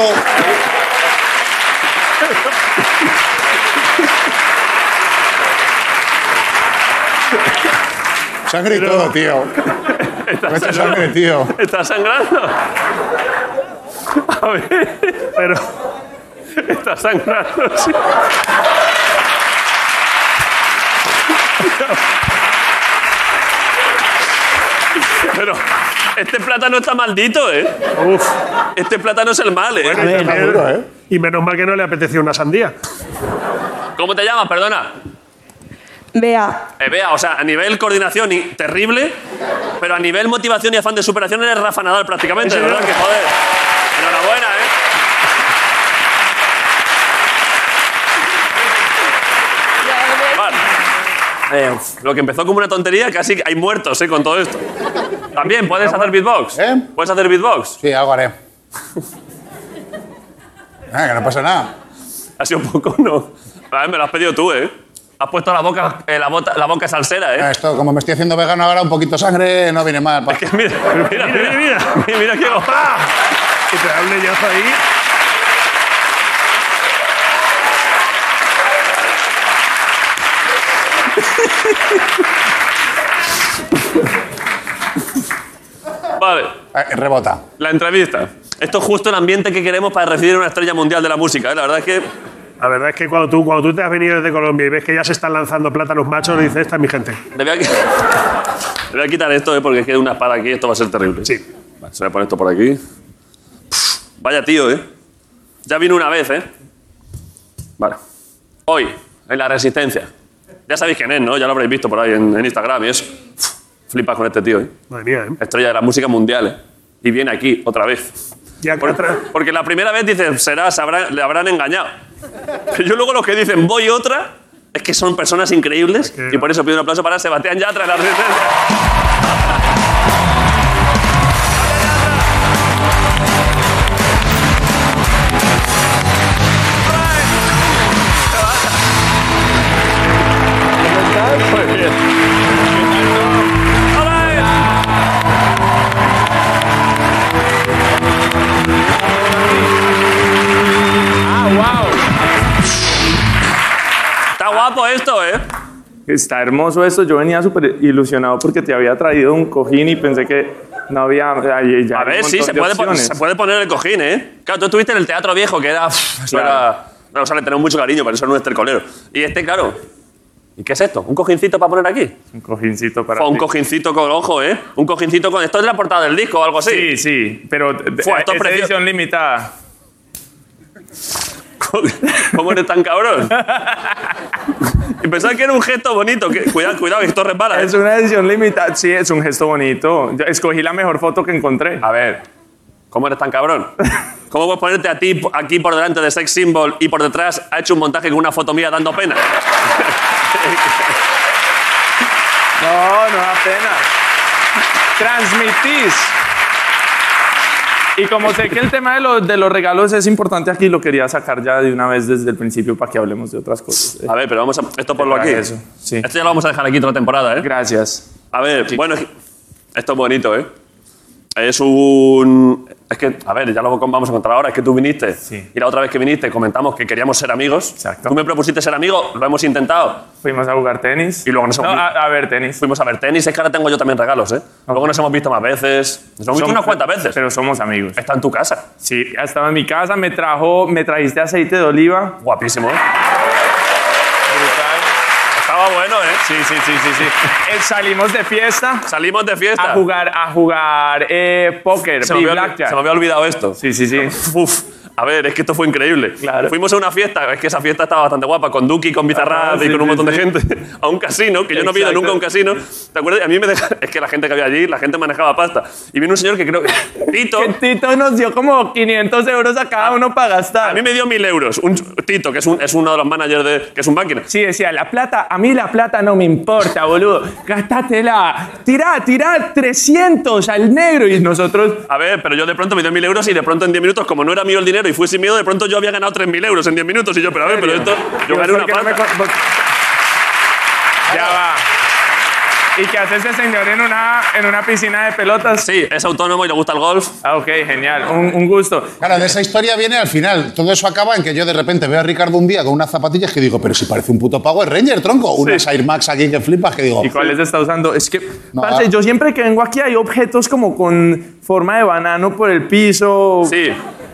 Speaker 4: Sangre y todo, tío. Vete sangre, tío.
Speaker 1: ¿Está sangrando? A ver.
Speaker 5: Pero.
Speaker 1: Está sangrando, sí. Pero este plátano está maldito, ¿eh?
Speaker 5: Uf.
Speaker 1: Este plátano es el mal, ¿eh?
Speaker 5: Bueno, y también- Y menos mal que no le apeteció una sandía.
Speaker 1: ¿Cómo te llamas? Perdona.
Speaker 14: Vea,
Speaker 1: Eh, vea, o sea, a nivel coordinación y terrible, pero a nivel motivación y afán de superación eres Rafa Nadal prácticamente,
Speaker 5: Sí,
Speaker 1: de verdad
Speaker 5: señor.
Speaker 1: que joder. Enhorabuena, ¿eh? Vale. Eh, uf, lo que empezó como una tontería, casi hay muertos, ¿eh? Con todo esto. También, ¿puedes hacer beatbox?
Speaker 4: ¿Eh?
Speaker 1: ¿Puedes hacer beatbox?
Speaker 4: Sí, algo haré. Ah, que no pasa nada.
Speaker 1: Ha sido un poco, ¿no? A ver, me lo has pedido tú, ¿eh? Has puesto la boca, eh, la, bota- la boca salsera, ¿eh?
Speaker 4: Ah, Esto, como me estoy haciendo vegano ahora, un poquito de sangre no viene mal. pa-
Speaker 1: Mira, mira, mira, mira, mira, qué guapa.
Speaker 5: Que te da un leñazo ahí.
Speaker 1: Vale.
Speaker 4: eh, rebota.
Speaker 1: La entrevista. Esto es justo el ambiente que queremos para recibir una estrella mundial de la música. ¿eh? La verdad es que.
Speaker 5: La verdad es que cuando tú, cuando tú te has venido desde Colombia y ves que ya se están lanzando plátanos machos, dices, esta es mi gente.
Speaker 1: Le voy a, qui- le voy a quitar esto, ¿eh? porque queda una espada aquí. Esto va a ser terrible. Sí. se voy a poner esto por aquí. Pff, vaya tío, ¿eh? Ya vino una vez, ¿eh? Vale. Hoy, en La Resistencia. Ya sabéis quién es, ¿no? Ya lo habréis visto por ahí en, en Instagram y eso. Pff, Flipas con este tío, ¿eh?
Speaker 5: Madre mía, ¿eh?
Speaker 1: Estrella de la música mundial, ¿eh? Y viene aquí, otra vez. Por- Porque la primera vez dicen, será, se habrá- le habrán engañado. Pero yo luego los que dicen, voy otra, es que son personas increíbles. Y por eso pido un aplauso para Sebastián Yatra, de la Resistencia. Muy bien. Está guapo esto, ¿eh?
Speaker 13: Está hermoso esto. Yo venía súper ilusionado porque te había traído un cojín y pensé que no había.
Speaker 1: A ver, sí, se puede, pon- se puede poner el cojín, ¿eh? Claro, tú estuviste en el Teatro Viejo, que era... pff, eso era- no, o sea, le tenemos mucho cariño, pero eso no es tercolero. Y este, claro... ¿Y qué es esto? ¿Un cojincito para poner aquí?
Speaker 13: Un cojincito para.
Speaker 1: Fue un
Speaker 13: ti.
Speaker 1: cojincito con ojo, ¿eh? Un cojincito con... Esto es la portada del disco o algo así.
Speaker 13: Sí, sí, pero
Speaker 1: Fue, esto es
Speaker 13: es
Speaker 1: precioso.
Speaker 13: edición limitada.
Speaker 1: ¿Cómo eres tan cabrón? y pensaba que era un gesto bonito. Que, cuidado, cuidado, que esto repara. ¿eh?
Speaker 13: Es una edición limitada. Sí, es un gesto bonito. Yo escogí la mejor foto que encontré.
Speaker 1: A ver. ¿Cómo eres tan cabrón? ¿Cómo puedes ponerte a ti p- aquí por delante de Sex Symbol y por detrás ha hecho un montaje con una foto mía dando pena?
Speaker 13: No, no da pena. Transmitís. Y como sé que el tema de los, de los regalos es importante aquí, lo quería sacar ya de una vez desde el principio para que hablemos de otras cosas.
Speaker 1: A ver, pero vamos a. Esto por lo aquí.
Speaker 13: Eso, sí.
Speaker 1: Esto ya lo vamos a dejar aquí otra temporada, ¿eh?
Speaker 13: Gracias.
Speaker 1: A ver, bueno, es que- esto es bonito, ¿eh? Es un. Es que, a ver, ya lo vamos a contar ahora. Es que tú viniste. Y la otra vez que viniste comentamos que queríamos ser amigos. Exacto. Tú me propusiste ser amigo, lo hemos intentado.
Speaker 13: Fuimos a jugar tenis.
Speaker 1: Y luego nos hemos
Speaker 13: No, a, a ver tenis.
Speaker 1: Fuimos a ver tenis. Es que ahora tengo yo también regalos, ¿eh? Luego nos hemos visto más veces. Nos hemos visto
Speaker 13: Somos-
Speaker 1: unas cuantas veces.
Speaker 13: Pero somos amigos.
Speaker 1: Está en tu casa.
Speaker 13: Sí, estaba en mi casa, me trajo, me trajiste aceite de oliva.
Speaker 1: Guapísimo. ¿eh?
Speaker 13: Estaba bueno, ¿eh? Sí, sí, sí, sí, sí. Eh, salimos de fiesta.
Speaker 1: Salimos de fiesta.
Speaker 13: A jugar, a jugar eh, póker,
Speaker 1: Se me,
Speaker 13: y
Speaker 1: había,
Speaker 13: blackjack.
Speaker 1: se me había olvidado esto.
Speaker 13: Sí, sí, sí.
Speaker 1: Uf, a ver, es que esto fue increíble. Fuimos a una fiesta, es que esa fiesta estaba bastante guapa, con Duki, con Bizarrap
Speaker 13: Ajá,
Speaker 1: y
Speaker 13: Ah, sí,
Speaker 1: con un
Speaker 13: sí,
Speaker 1: montón
Speaker 13: sí.
Speaker 1: de gente, a un casino, que yo no he ido
Speaker 13: Exacto.
Speaker 1: nunca a un casino. ¿Te acuerdas? A mí me deja- es que la gente que había allí, la gente manejaba pasta. Y vino un señor que creo que... Tito. Ah,
Speaker 13: Tito nos dio como 500 euros a cada uno para gastar.
Speaker 1: A mí me dio mil euros. Un Tito, que es, un- es uno de los managers de... que es un máquina.
Speaker 13: Sí, decía, la plata, a mí la plata no me importa, boludo. Gastátela. Tirá, tirá 300 al negro. Y nosotros,
Speaker 1: A ver, pero yo de pronto me dio mil euros y de pronto en 10 minutos, como no era mío el dinero y fui sin miedo, de pronto yo había ganado 3.000 euros en 10 minutos. Y yo, pero a ver, pero esto... Yo gané una
Speaker 13: ¿por qué no
Speaker 1: pasta.
Speaker 13: me co- por- Ya va. ¿Y qué hace ese señor en una, en una piscina de pelotas?
Speaker 1: Sí, es autónomo y le gusta el golf.
Speaker 13: Ah, ok, genial. Un, un gusto.
Speaker 4: Claro, de esa historia viene al final. Todo eso acaba en que yo de repente veo a Ricardo un día con unas zapatillas que digo, pero si parece un puto Power Ranger, tronco. Unas Air Max aquí que flipas que digo.
Speaker 13: ¿Y cuáles está usando? Es que,
Speaker 4: No,
Speaker 13: parce,
Speaker 4: ah.
Speaker 13: yo siempre que vengo aquí hay objetos como con forma de banano por el piso.
Speaker 1: Sí.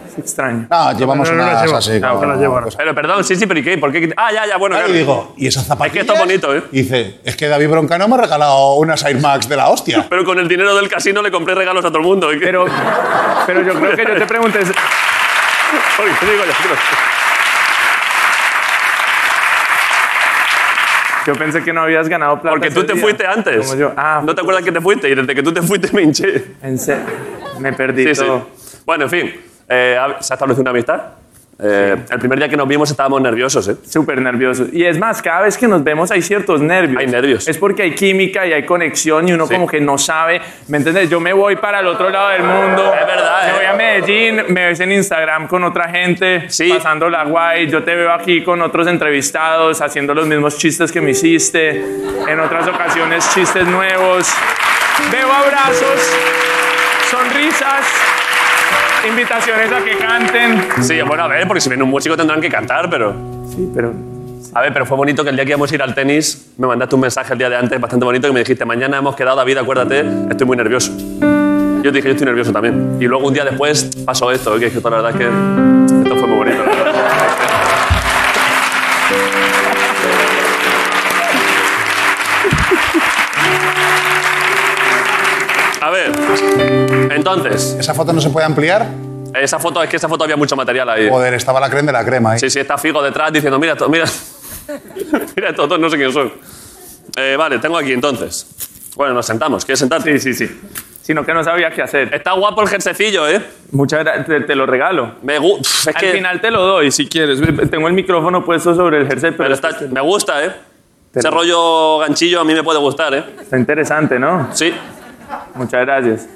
Speaker 13: Es extraño.
Speaker 4: Ah, llevamos
Speaker 13: No, no, no
Speaker 4: unas
Speaker 13: las llevo.
Speaker 4: así.
Speaker 13: Ah,
Speaker 4: como-
Speaker 13: que las llevo ahora.
Speaker 4: pues-
Speaker 1: Pero perdón, sí, sí, pero ¿y qué? ¿Por qué? Ah, ya, ya, bueno.
Speaker 4: Claro,
Speaker 1: claro.
Speaker 4: y digo, ¿y esas zapatillas?
Speaker 1: Es que esto es bonito, ¿eh?
Speaker 4: Y dice, es que David Broncano me ha regalado unas Air Max de la hostia.
Speaker 1: Pero con el dinero del casino le compré regalos a todo el mundo.
Speaker 13: Pero, pero yo creo que yo te pregunté.
Speaker 1: Porque digo, yo creo-
Speaker 13: Yo pensé que no habías ganado plata.
Speaker 1: Porque tú
Speaker 13: ese
Speaker 1: te
Speaker 13: día.
Speaker 1: fuiste antes.
Speaker 13: Como yo. Ah,
Speaker 1: ¿No te acuerdas que te fuiste? Y desde que tú te fuiste me hinché.
Speaker 13: en serio. Me perdí
Speaker 1: Sí, sí.
Speaker 13: todo.
Speaker 1: Bueno, en fin. eh, ha- se ha establecido una amistad. Eh, El primer día que nos vimos estábamos nerviosos, ¿eh?
Speaker 13: Súper nervioso. Y es más, cada vez que nos vemos hay ciertos nervios. Hay nervios. Es porque hay química y hay conexión y uno como que no sabe. ¿Me entiendes? Yo me voy para el otro lado del mundo. Es verdad. eh. Me voy a Medellín, me ves en Instagram con otra gente, pasando la guay. Yo te veo aquí con otros entrevistados, haciendo los mismos chistes que me hiciste. En otras ocasiones, chistes nuevos. Veo abrazos, sonrisas, invitaciones a que canten.
Speaker 1: Sí, bueno, a ver, porque si viene un músico tendrán que cantar, pero.
Speaker 13: Sí, pero.
Speaker 1: A ver, pero fue bonito que el día que íbamos a ir al tenis me mandaste un mensaje el día de antes bastante bonito que me dijiste: Mañana hemos quedado, David, acuérdate, estoy muy nervioso. Yo te dije: Yo estoy nervioso también. Y luego un día después pasó esto, que es que la verdad es que esto fue muy bonito. la verdad. A ver, entonces.
Speaker 4: ¿Esa foto no se puede ampliar?
Speaker 1: Esa foto, es que esa foto había mucho material ahí.
Speaker 4: Joder, estaba la crema de la crema ahí.
Speaker 1: Sí, sí, está Figo detrás diciendo, mira, to- mira, mira, estos dos no sé quién son. Eh, vale, tengo aquí entonces. Bueno, nos sentamos. ¿Quieres sentarte?
Speaker 13: Sí, sí, sí. Sino que no sabía qué hacer.
Speaker 1: Está guapo el jersecillo, ¿eh?
Speaker 13: Muchas gracias, te, te lo regalo.
Speaker 1: Me gusta.
Speaker 13: Al final te lo doy si quieres. Tengo el micrófono puesto sobre el jersey, pero,
Speaker 1: está, me gusta, ¿eh? Ese rollo ganchillo a mí me puede gustar, ¿eh?
Speaker 13: Está interesante, ¿no?
Speaker 1: Sí.
Speaker 13: Muchas gracias.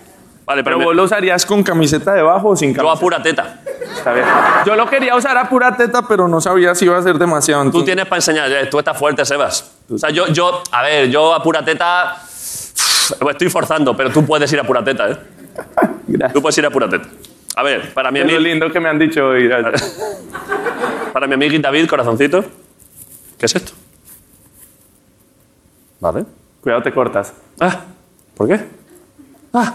Speaker 1: Vale,
Speaker 13: pero, vos lo usarías con camiseta debajo o sin
Speaker 1: Yo
Speaker 13: camiseta.
Speaker 1: a pura teta.
Speaker 13: Está bien. Yo lo quería usar a pura teta, pero no sabía si iba a ser demasiado.
Speaker 1: Tú
Speaker 13: entonces-
Speaker 1: tienes para enseñar, eh, tú estás fuerte, Sebas. O sea, yo, yo, a ver, yo a pura teta. me estoy forzando, pero tú puedes ir a pura teta, ¿eh? Tú puedes ir a pura teta. A ver, para mi
Speaker 13: Es lo
Speaker 1: amigo.
Speaker 13: lindo que me han dicho hoy. gracias.
Speaker 1: Para mi amigo David, corazoncito. ¿Qué es esto? Vale.
Speaker 13: Cuidado, te cortas.
Speaker 1: Ah, ¿por qué? Ah.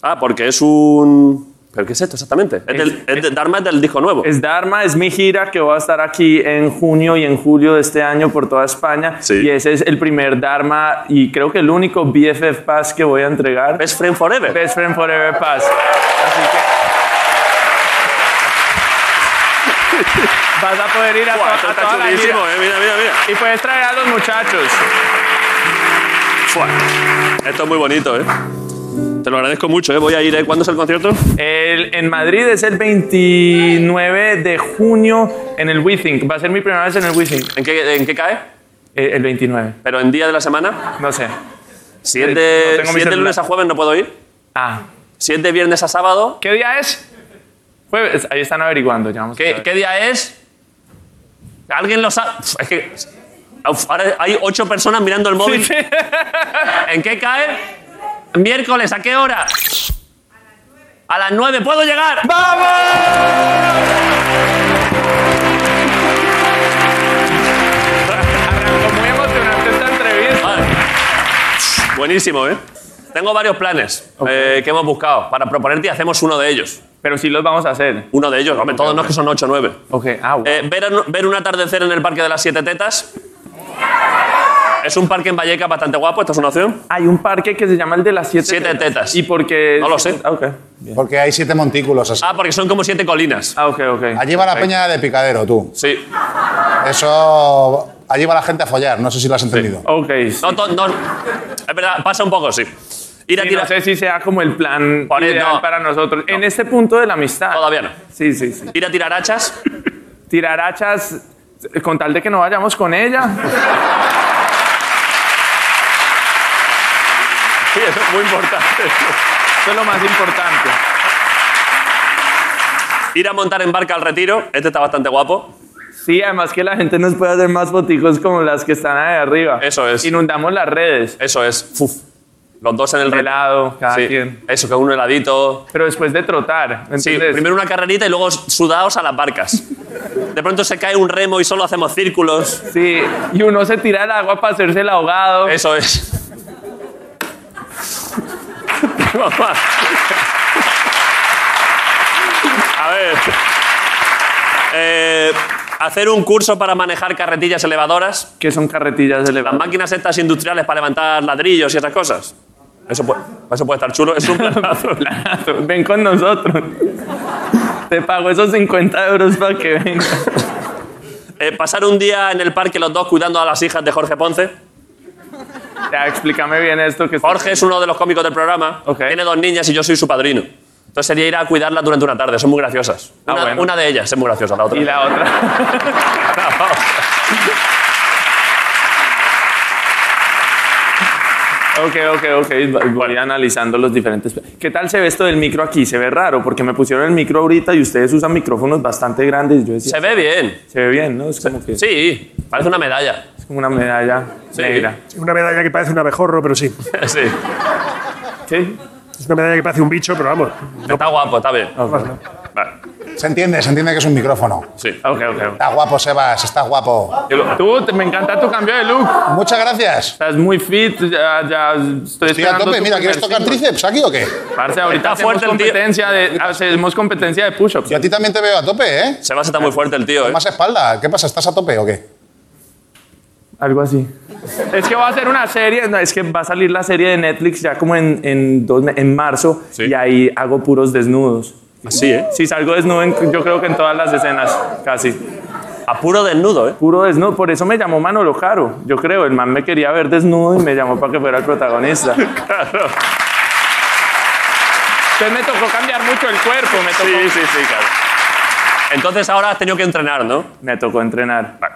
Speaker 1: Ah, porque es un. ¿Pero qué es esto exactamente? Es del, es de- Dharma es del disco nuevo.
Speaker 13: Es Dharma, es mi gira que va a estar aquí en junio y en julio de este año por toda España. Y ese es el primer Dharma y creo que el único BFF Pass que voy a entregar.
Speaker 1: Best Friend Forever.
Speaker 13: Best Friend Forever Pass. Así que... Vas a poder ir a,
Speaker 1: Buah,
Speaker 13: toda-
Speaker 1: esto
Speaker 13: a
Speaker 1: está
Speaker 13: toda la
Speaker 1: chulísimo,
Speaker 13: gira.
Speaker 1: eh, mira, mira, mira.
Speaker 13: Y puedes traer a los muchachos.
Speaker 1: Fua. Esto es muy bonito, ¿eh? Te lo agradezco mucho, ¿eh? Voy a ir, ¿eh? ¿Cuándo es el concierto?
Speaker 13: El- en Madrid es el 29 de junio en el WeThink. Va a ser mi primera vez en el WeThink.
Speaker 1: ¿En qué, en qué cae?
Speaker 13: el 29.
Speaker 1: ¿Pero en día de la semana?
Speaker 13: No sé.
Speaker 1: Si es
Speaker 13: Eh,
Speaker 1: de,
Speaker 13: no tengo
Speaker 1: si
Speaker 13: mi
Speaker 1: es de
Speaker 13: celular.
Speaker 1: lunes a jueves no puedo ir.
Speaker 13: Ah.
Speaker 1: Si es de viernes a sábado.
Speaker 13: ¿Qué día es? Jueves. Ahí están averiguando. Ya vamos a
Speaker 1: ¿Qué,
Speaker 13: ver.
Speaker 1: qué día es? ¿Alguien lo sabe? Uf, Es que. uf, ahora hay ocho personas mirando el móvil. ¿En qué cae? Miércoles, ¿a qué hora? A las nueve. ¿Puedo llegar?
Speaker 13: Muy emocionante esta entrevista.
Speaker 1: Buenísimo, ¿eh? Tengo varios planes eh, que hemos buscado para proponerte y hacemos uno de ellos.
Speaker 13: Pero sí los vamos a hacer.
Speaker 1: Uno de ellos, hombre, todos no es que son 8 o 9.
Speaker 13: Ok, ah, bueno.
Speaker 1: ver, un- ver un atardecer en el Parque de las Siete Tetas. Es un parque en Valleca bastante guapo, esta es una opción.
Speaker 13: Hay un parque que se llama el de las siete,
Speaker 1: Siete tetas.
Speaker 13: ¿Y por qué?
Speaker 1: No lo sé.
Speaker 13: Ah, ok.
Speaker 4: Porque hay siete montículos así.
Speaker 1: Ah, porque son como siete colinas.
Speaker 13: Ah, ok, ok.
Speaker 4: Allí va la
Speaker 1: perfecto.
Speaker 4: peña de picadero, tú.
Speaker 1: Sí.
Speaker 4: Eso. Allí va la gente a follar, no sé si lo has entendido.
Speaker 13: Ok.
Speaker 1: No, to- no- es verdad, pasa un poco, sí. Ir a
Speaker 13: Sí,
Speaker 1: tirar.
Speaker 13: no sé si sea como el plan
Speaker 1: Por el-
Speaker 13: ideal
Speaker 1: no.
Speaker 13: para nosotros. En este punto de la amistad.
Speaker 1: Todavía no.
Speaker 13: Sí, sí, sí.
Speaker 1: Ir a tirar hachas.
Speaker 13: Tirar hachas eh, con tal de que no vayamos con ella.
Speaker 1: Sí, eso es muy importante.
Speaker 13: Eso es lo más importante.
Speaker 1: Ir a montar en barca al retiro. Este está bastante guapo.
Speaker 13: Sí, además que la gente nos puede hacer más foticos como las que están ahí arriba.
Speaker 1: Eso es.
Speaker 13: Inundamos las redes.
Speaker 1: Eso es. Uf. Los dos en el retiro.
Speaker 13: Helado, cada
Speaker 1: Sí.
Speaker 13: quien.
Speaker 1: Eso, que uno heladito.
Speaker 13: Pero después de trotar.
Speaker 1: Sí,
Speaker 13: Entonces,
Speaker 1: primero una carrerita y luego sudados a las barcas. De pronto se cae un remo y solo hacemos círculos.
Speaker 13: Sí, y uno se tira al agua para hacerse el ahogado.
Speaker 1: Eso es. A ver. Eh, hacer un curso para manejar carretillas elevadoras.
Speaker 13: ¿Qué son carretillas
Speaker 1: Las
Speaker 13: elevadas?
Speaker 1: máquinas estas industriales para levantar ladrillos y esas cosas. Eso puede, eso puede estar chulo. Es un planazo.
Speaker 13: Ven con nosotros. Te pago esos 50 euros para que vengas.
Speaker 1: Eh, pasar un día en el parque los dos cuidando a las hijas de Jorge Ponce.
Speaker 13: Ya, explícame bien esto que
Speaker 1: Jorge es uno de los cómicos del programa. Tiene dos niñas y yo soy su padrino. Entonces sería ir a cuidarlas durante una tarde. Son muy graciosas.
Speaker 13: Ah,
Speaker 1: una,
Speaker 13: bueno.
Speaker 1: una de ellas es muy graciosa, la otra.
Speaker 13: Y la otra. Ok, ok, ok. Voy analizando los diferentes. ¿Qué tal se ve esto del micro aquí? Se ve raro porque me pusieron el micro ahorita y ustedes usan micrófonos bastante grandes. y Yo decía,
Speaker 1: Se ve bien.
Speaker 13: Se ve bien, ¿no? Es como que.
Speaker 1: Sí, parece una medalla.
Speaker 13: Es como una medalla negra.
Speaker 5: Una medalla que parece un abejorro, pero sí.
Speaker 1: Sí.
Speaker 13: ¿Sí?
Speaker 5: Es una medalla que parece un bicho, pero vamos.
Speaker 1: Está guapo, está bien.
Speaker 4: Se entiende, se entiende que es un micrófono.
Speaker 1: Sí.
Speaker 13: Ok, ok.
Speaker 4: Está guapo, Sebas, estás guapo.
Speaker 13: Tú, te- me encanta tu cambio de look.
Speaker 4: Muchas gracias.
Speaker 13: Estás muy fit, ya, ya estoy,
Speaker 4: Estoy a
Speaker 13: esperando
Speaker 4: tope,
Speaker 13: tu
Speaker 4: mira, ¿quieres
Speaker 13: primer
Speaker 4: tocar
Speaker 13: single.
Speaker 4: tríceps aquí o qué?
Speaker 13: Parce, ahorita
Speaker 1: Está fuerte
Speaker 13: hacemos
Speaker 1: el tío.
Speaker 13: competencia de, hacemos competencia de push-ups.
Speaker 4: Yo a ti también te veo a tope, ¿eh?
Speaker 1: Sebas está muy fuerte el tío, ¿eh?
Speaker 4: Más espalda, ¿qué pasa? ¿Estás a tope o qué?
Speaker 13: Algo así. Es que va a ser una serie, no, es que va a salir la serie de Netflix ya como en, en, dos me- en marzo y ahí hago puros desnudos.
Speaker 1: Así, ¿eh?
Speaker 13: Sí, salgo desnudo en- yo creo que en todas las escenas, casi.
Speaker 1: A puro desnudo, ¿eh?
Speaker 13: Puro desnudo, por eso me llamó Manolo Caro, yo creo, el man me quería ver desnudo y me llamó para que fuera el protagonista.
Speaker 1: Claro.
Speaker 13: Entonces me tocó cambiar mucho el cuerpo, me tocó...
Speaker 1: Sí, sí, sí, claro. Entonces ahora has tenido que entrenar, ¿no?
Speaker 13: Me tocó entrenar.
Speaker 1: Vale.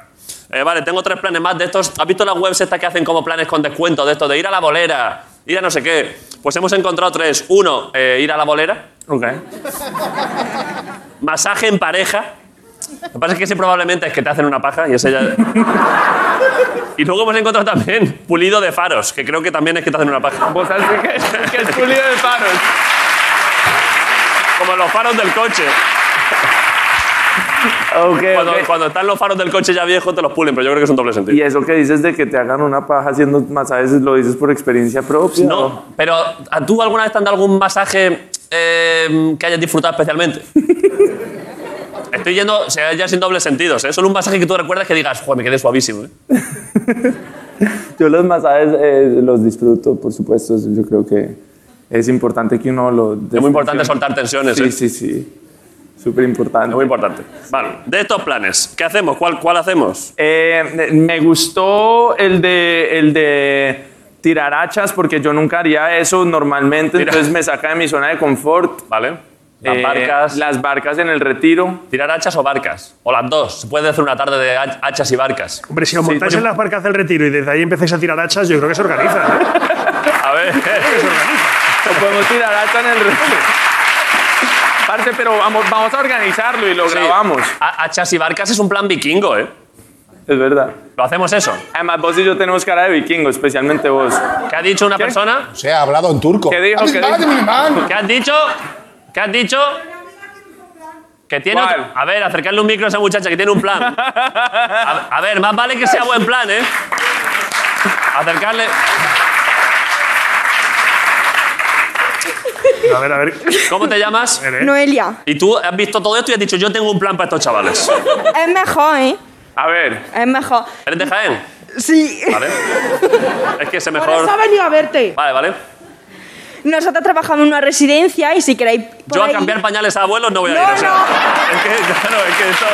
Speaker 1: Eh, vale, tengo tres planes más de estos. ¿Has visto las webs estas que hacen como planes con descuento de estos? De ir a la bolera, ir a no sé qué. Pues hemos encontrado tres. Uno, eh, ir a la bolera.
Speaker 13: Ok.
Speaker 1: Masaje en pareja. Lo que pasa es que ese probablemente es que te hacen una paja y ese ya... y luego hemos encontrado también pulido de faros, que creo que también es que te hacen una paja.
Speaker 13: ¿Vos sabes qué es? ¿Qué es pulido de faros?
Speaker 1: Como los faros del coche. cuando,
Speaker 13: Eh, ok.
Speaker 1: cuando están los faros del coche ya viejos te los pulen, pero yo creo que es un doble sentido.
Speaker 13: Y eso que dices de que te hagan una paja haciendo masajes, ¿lo dices por experiencia propia?
Speaker 1: No, pero ¿a ¿tú alguna vez te han dado algún masaje eh, que hayas disfrutado especialmente? Estoy yendo o sea, ya sin dobles sentidos, ¿eh? Solo un masaje que tú recuerdas que digas, joder, me quedé suavísimo, ¿eh?
Speaker 13: Yo los masajes eh, los disfruto, por supuesto. Yo creo que es importante que uno lo...
Speaker 1: Es muy importante soltar tensiones,
Speaker 13: Sí,
Speaker 1: ¿eh?
Speaker 13: sí, sí. Súper importante.
Speaker 1: Muy importante. Vale, de estos planes, ¿qué hacemos? ¿Cuál, cuál hacemos?
Speaker 13: Eh, me gustó el de, el de tirar hachas porque yo nunca haría eso normalmente, entonces me saca de mi zona de confort.
Speaker 1: Vale. Las
Speaker 13: Eh,
Speaker 1: barcas.
Speaker 13: Las barcas en el retiro.
Speaker 1: ¿Tirar hachas o barcas? O las dos. Se puede hacer una tarde de hach- hachas y barcas.
Speaker 5: Hombre, si os montáis en las barcas del retiro y desde ahí empecéis a tirar hachas, yo creo que se organiza. ¿eh?
Speaker 1: A ver.
Speaker 13: O podemos tirar hachas en el retiro. Parce, pero vamos, vamos a organizarlo y lo
Speaker 1: Sí.
Speaker 13: grabamos.
Speaker 1: Ha- Hachas y barcas es un plan vikingo, ¿eh?
Speaker 13: Es verdad.
Speaker 1: Lo hacemos eso.
Speaker 13: Además, vos y yo tenemos cara de vikingo, especialmente vos.
Speaker 1: ¿Qué ha dicho una persona?
Speaker 4: O sea, ha hablado en turco.
Speaker 13: ¿Qué dijo? ¿Qué dijo?
Speaker 1: ¿Qué has dicho? ¿Qué has dicho? Que tiene
Speaker 13: ¿Cuál?
Speaker 1: otro- A ver, acercarle un micro a esa muchacha que tiene un plan.
Speaker 13: Ah,
Speaker 1: A, a ver, más vale que sea buen plan, ¿eh? Acercarle.
Speaker 5: A ver, a ver.
Speaker 1: ¿Cómo te llamas?
Speaker 14: Noelia,
Speaker 1: Y tú has visto todo esto y has dicho, yo tengo un plan para estos chavales.
Speaker 14: es mejor, ¿eh?
Speaker 1: A ver.
Speaker 14: Es mejor.
Speaker 1: ¿Eres de Jaén?
Speaker 14: Sí.
Speaker 1: Vale. Es que se
Speaker 3: Por
Speaker 1: mejor.
Speaker 3: eso ha venido a verte.
Speaker 1: Vale, vale.
Speaker 14: Nosotros trabajamos en una residencia y si queréis. por
Speaker 1: Yo a
Speaker 14: ahí-
Speaker 1: cambiar pañales a abuelos no voy a ir.
Speaker 14: No,
Speaker 1: o sea, Es que, claro, es que esto.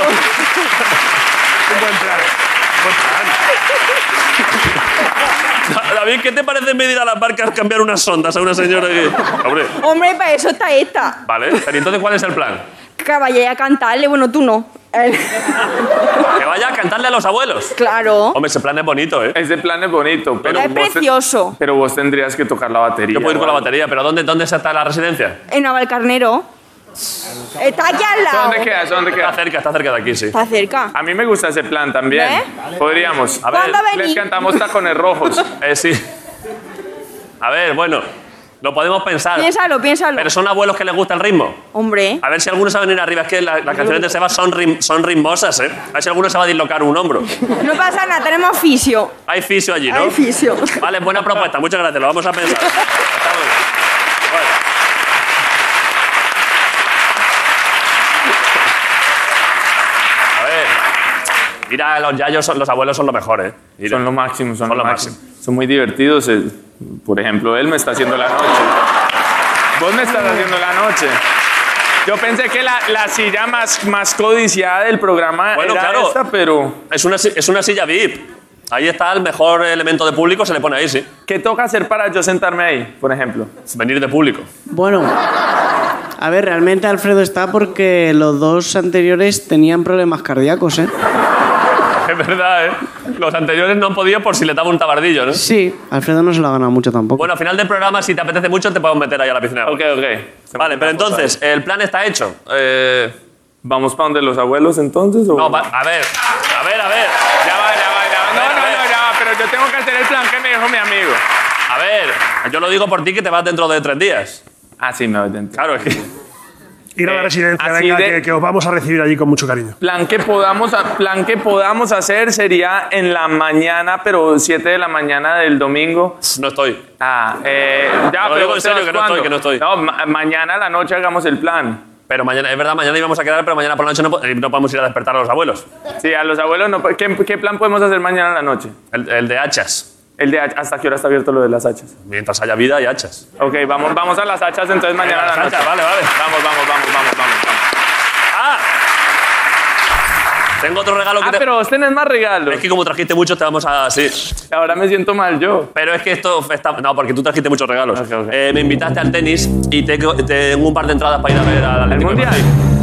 Speaker 5: Un buen plan.
Speaker 1: Pues David, ¿qué te parece medir a las barcas cambiar unas sondas a una señora que. Hombre.
Speaker 14: Hombre, para eso está esta.
Speaker 1: Vale, pero entonces, ¿cuál es el plan?
Speaker 14: Que vayáis a cantarle, bueno, tú no. Él-
Speaker 1: Que vaya a cantarle a los abuelos.
Speaker 14: Claro.
Speaker 1: Hombre, ese plan es bonito, ¿eh?
Speaker 13: Ese plan es bonito, pero.
Speaker 14: es
Speaker 13: vos te-
Speaker 14: precioso.
Speaker 13: Pero vos tendrías que tocar la batería.
Speaker 1: Yo puedo ir con la
Speaker 13: ¿vale?
Speaker 1: batería, pero ¿dónde, dónde está la residencia?
Speaker 14: En Navalcarnero. Está aquí al
Speaker 13: ¿Eso
Speaker 14: lado.
Speaker 13: ¿Dónde queda? ¿Eso ¿Dónde queda?
Speaker 1: Está cerca, está cerca de aquí, sí.
Speaker 14: Está cerca.
Speaker 13: A mí me gusta ese plan también.
Speaker 14: ¿Eh?
Speaker 13: Podríamos. A
Speaker 14: ¿Cuándo
Speaker 13: les
Speaker 14: venís?
Speaker 13: cantamos tacones rojos.
Speaker 1: Eh, sí. A ver, bueno, lo podemos pensar.
Speaker 14: Piénsalo, piénsalo.
Speaker 1: Pero son abuelos que les gusta el ritmo.
Speaker 14: Hombre. ¿eh?
Speaker 1: A ver si alguno sabe venir arriba. Es que la- las canciones de Seba son, rim- son ritmosas, ¿eh? A ver si alguno se va a dislocar un hombro.
Speaker 14: No pasa nada, tenemos oficio.
Speaker 1: Hay fisio allí, ¿no?
Speaker 14: Hay fisio.
Speaker 1: Vale, buena propuesta. Muchas gracias. Lo vamos a pensar. Hasta luego. Bueno. A ver. Mira, los yayos, son- los abuelos son lo mejor, ¿eh? Mira.
Speaker 13: Son lo máximo, son,
Speaker 1: Son
Speaker 13: lo
Speaker 1: lo
Speaker 13: máximo. Son muy divertidos. eh. Por ejemplo, él me está haciendo la noche. Vos me estás haciendo la noche. Yo pensé que la, la silla más, más codiciada del programa
Speaker 1: Bueno,
Speaker 13: era
Speaker 1: claro.
Speaker 13: esta, pero...
Speaker 1: Es una, si- es una silla VIP. Ahí está el mejor elemento de público, se le pone ahí, sí.
Speaker 13: ¿Qué toca hacer para yo sentarme ahí, por ejemplo?
Speaker 1: Venir de público.
Speaker 6: Bueno, a ver, realmente Alfredo está porque los dos anteriores tenían problemas cardíacos, ¿eh?
Speaker 1: Es verdad, ¿eh? Los anteriores no han podido por si le daba un tabardillo, ¿no?
Speaker 6: Sí, Alfredo no se la ha ganado mucho tampoco.
Speaker 1: Bueno, al final del programa, si te apetece mucho, te podemos meter ahí a la piscina. Ok, ok. Vale, pero entonces, el plan está hecho.
Speaker 13: Eh, ¿Vamos para donde los abuelos entonces?
Speaker 1: No, va- a ver, a ver, a ver.
Speaker 13: Ya va, ya va, ya va. No, no, no, ya va, pero yo tengo que hacer el plan que me dijo mi amigo.
Speaker 1: A ver, yo lo digo por ti que te vas dentro de tres días.
Speaker 13: Ah, sí, me voy dentro.
Speaker 1: Claro, es que.
Speaker 5: Ir a la
Speaker 13: Eh,
Speaker 5: residencia,
Speaker 13: así
Speaker 5: venga,
Speaker 13: de-
Speaker 5: que, que os vamos a recibir allí con mucho cariño.
Speaker 13: Plan que, podamos, plan que podamos hacer sería en la mañana, pero 7 de la mañana del domingo.
Speaker 1: No estoy.
Speaker 13: Ah, eh, ya,
Speaker 1: Lo
Speaker 13: pero
Speaker 1: digo en serio,
Speaker 13: Sebas,
Speaker 1: que no estoy,
Speaker 13: ¿cuándo?
Speaker 1: que no estoy.
Speaker 13: ma- mañana a la noche hagamos el plan.
Speaker 1: Pero mañana, es verdad, mañana íbamos a quedar, pero mañana por la noche no, po- eh, no podemos ir a despertar a los abuelos.
Speaker 13: Sí, a los abuelos no. ¿Qué, qué plan podemos hacer mañana a la noche?
Speaker 1: El, el de hachas.
Speaker 13: El de hachas. ¿Hasta qué hora está abierto lo de las hachas?
Speaker 1: Mientras haya vida y hachas.
Speaker 13: Ok, vamos, vamos a las hachas entonces mañana a
Speaker 1: las
Speaker 13: la noche.
Speaker 1: hachas, vale, vale.
Speaker 13: Vamos, vamos, vamos, vamos, vamos.
Speaker 1: Ah. Tengo otro regalo que
Speaker 13: Ah,
Speaker 1: te...
Speaker 13: pero vos tenés más regalos.
Speaker 1: Es que como trajiste muchos, te vamos a... Sí.
Speaker 13: Ahora me siento mal yo.
Speaker 1: Pero es que esto está... No, porque tú trajiste muchos regalos. Eh, me invitaste al tenis y te, te tengo un par de entradas para ir a ver al Atlético de Madrid.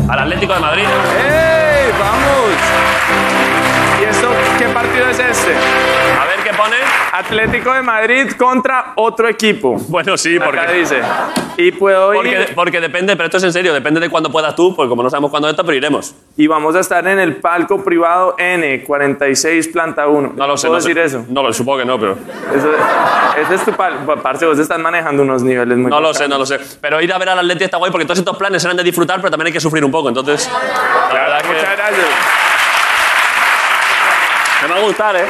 Speaker 1: Al Atlético de Madrid.
Speaker 13: ¡Ey! ¡Vamos! ¿Y esto qué partido es este?
Speaker 1: A ver qué pone.
Speaker 13: Atlético de Madrid contra otro equipo.
Speaker 1: Bueno, sí, porque...
Speaker 13: Acá dice. Y puedo ir.
Speaker 1: Porque, porque depende, pero esto es en serio, depende de cuándo puedas tú, porque como no sabemos cuándo es esto, pero iremos.
Speaker 13: Y vamos a estar en el palco privado N46, planta 1. No lo
Speaker 1: sé,
Speaker 13: ¿Puedo
Speaker 1: no sé.
Speaker 13: decir eso?
Speaker 1: No lo supongo que no, pero.
Speaker 13: Eso, ese es tu palco. Parce, vos estás manejando unos niveles muy
Speaker 1: No lo
Speaker 13: bacanos.
Speaker 1: sé, no lo sé. Pero ir a ver al Atleti está guay, porque todos estos planes eran de disfrutar, pero también hay que sufrir un poco, entonces... La verdad que...
Speaker 13: Muchas gracias.
Speaker 1: Me va a gustar, ¿eh?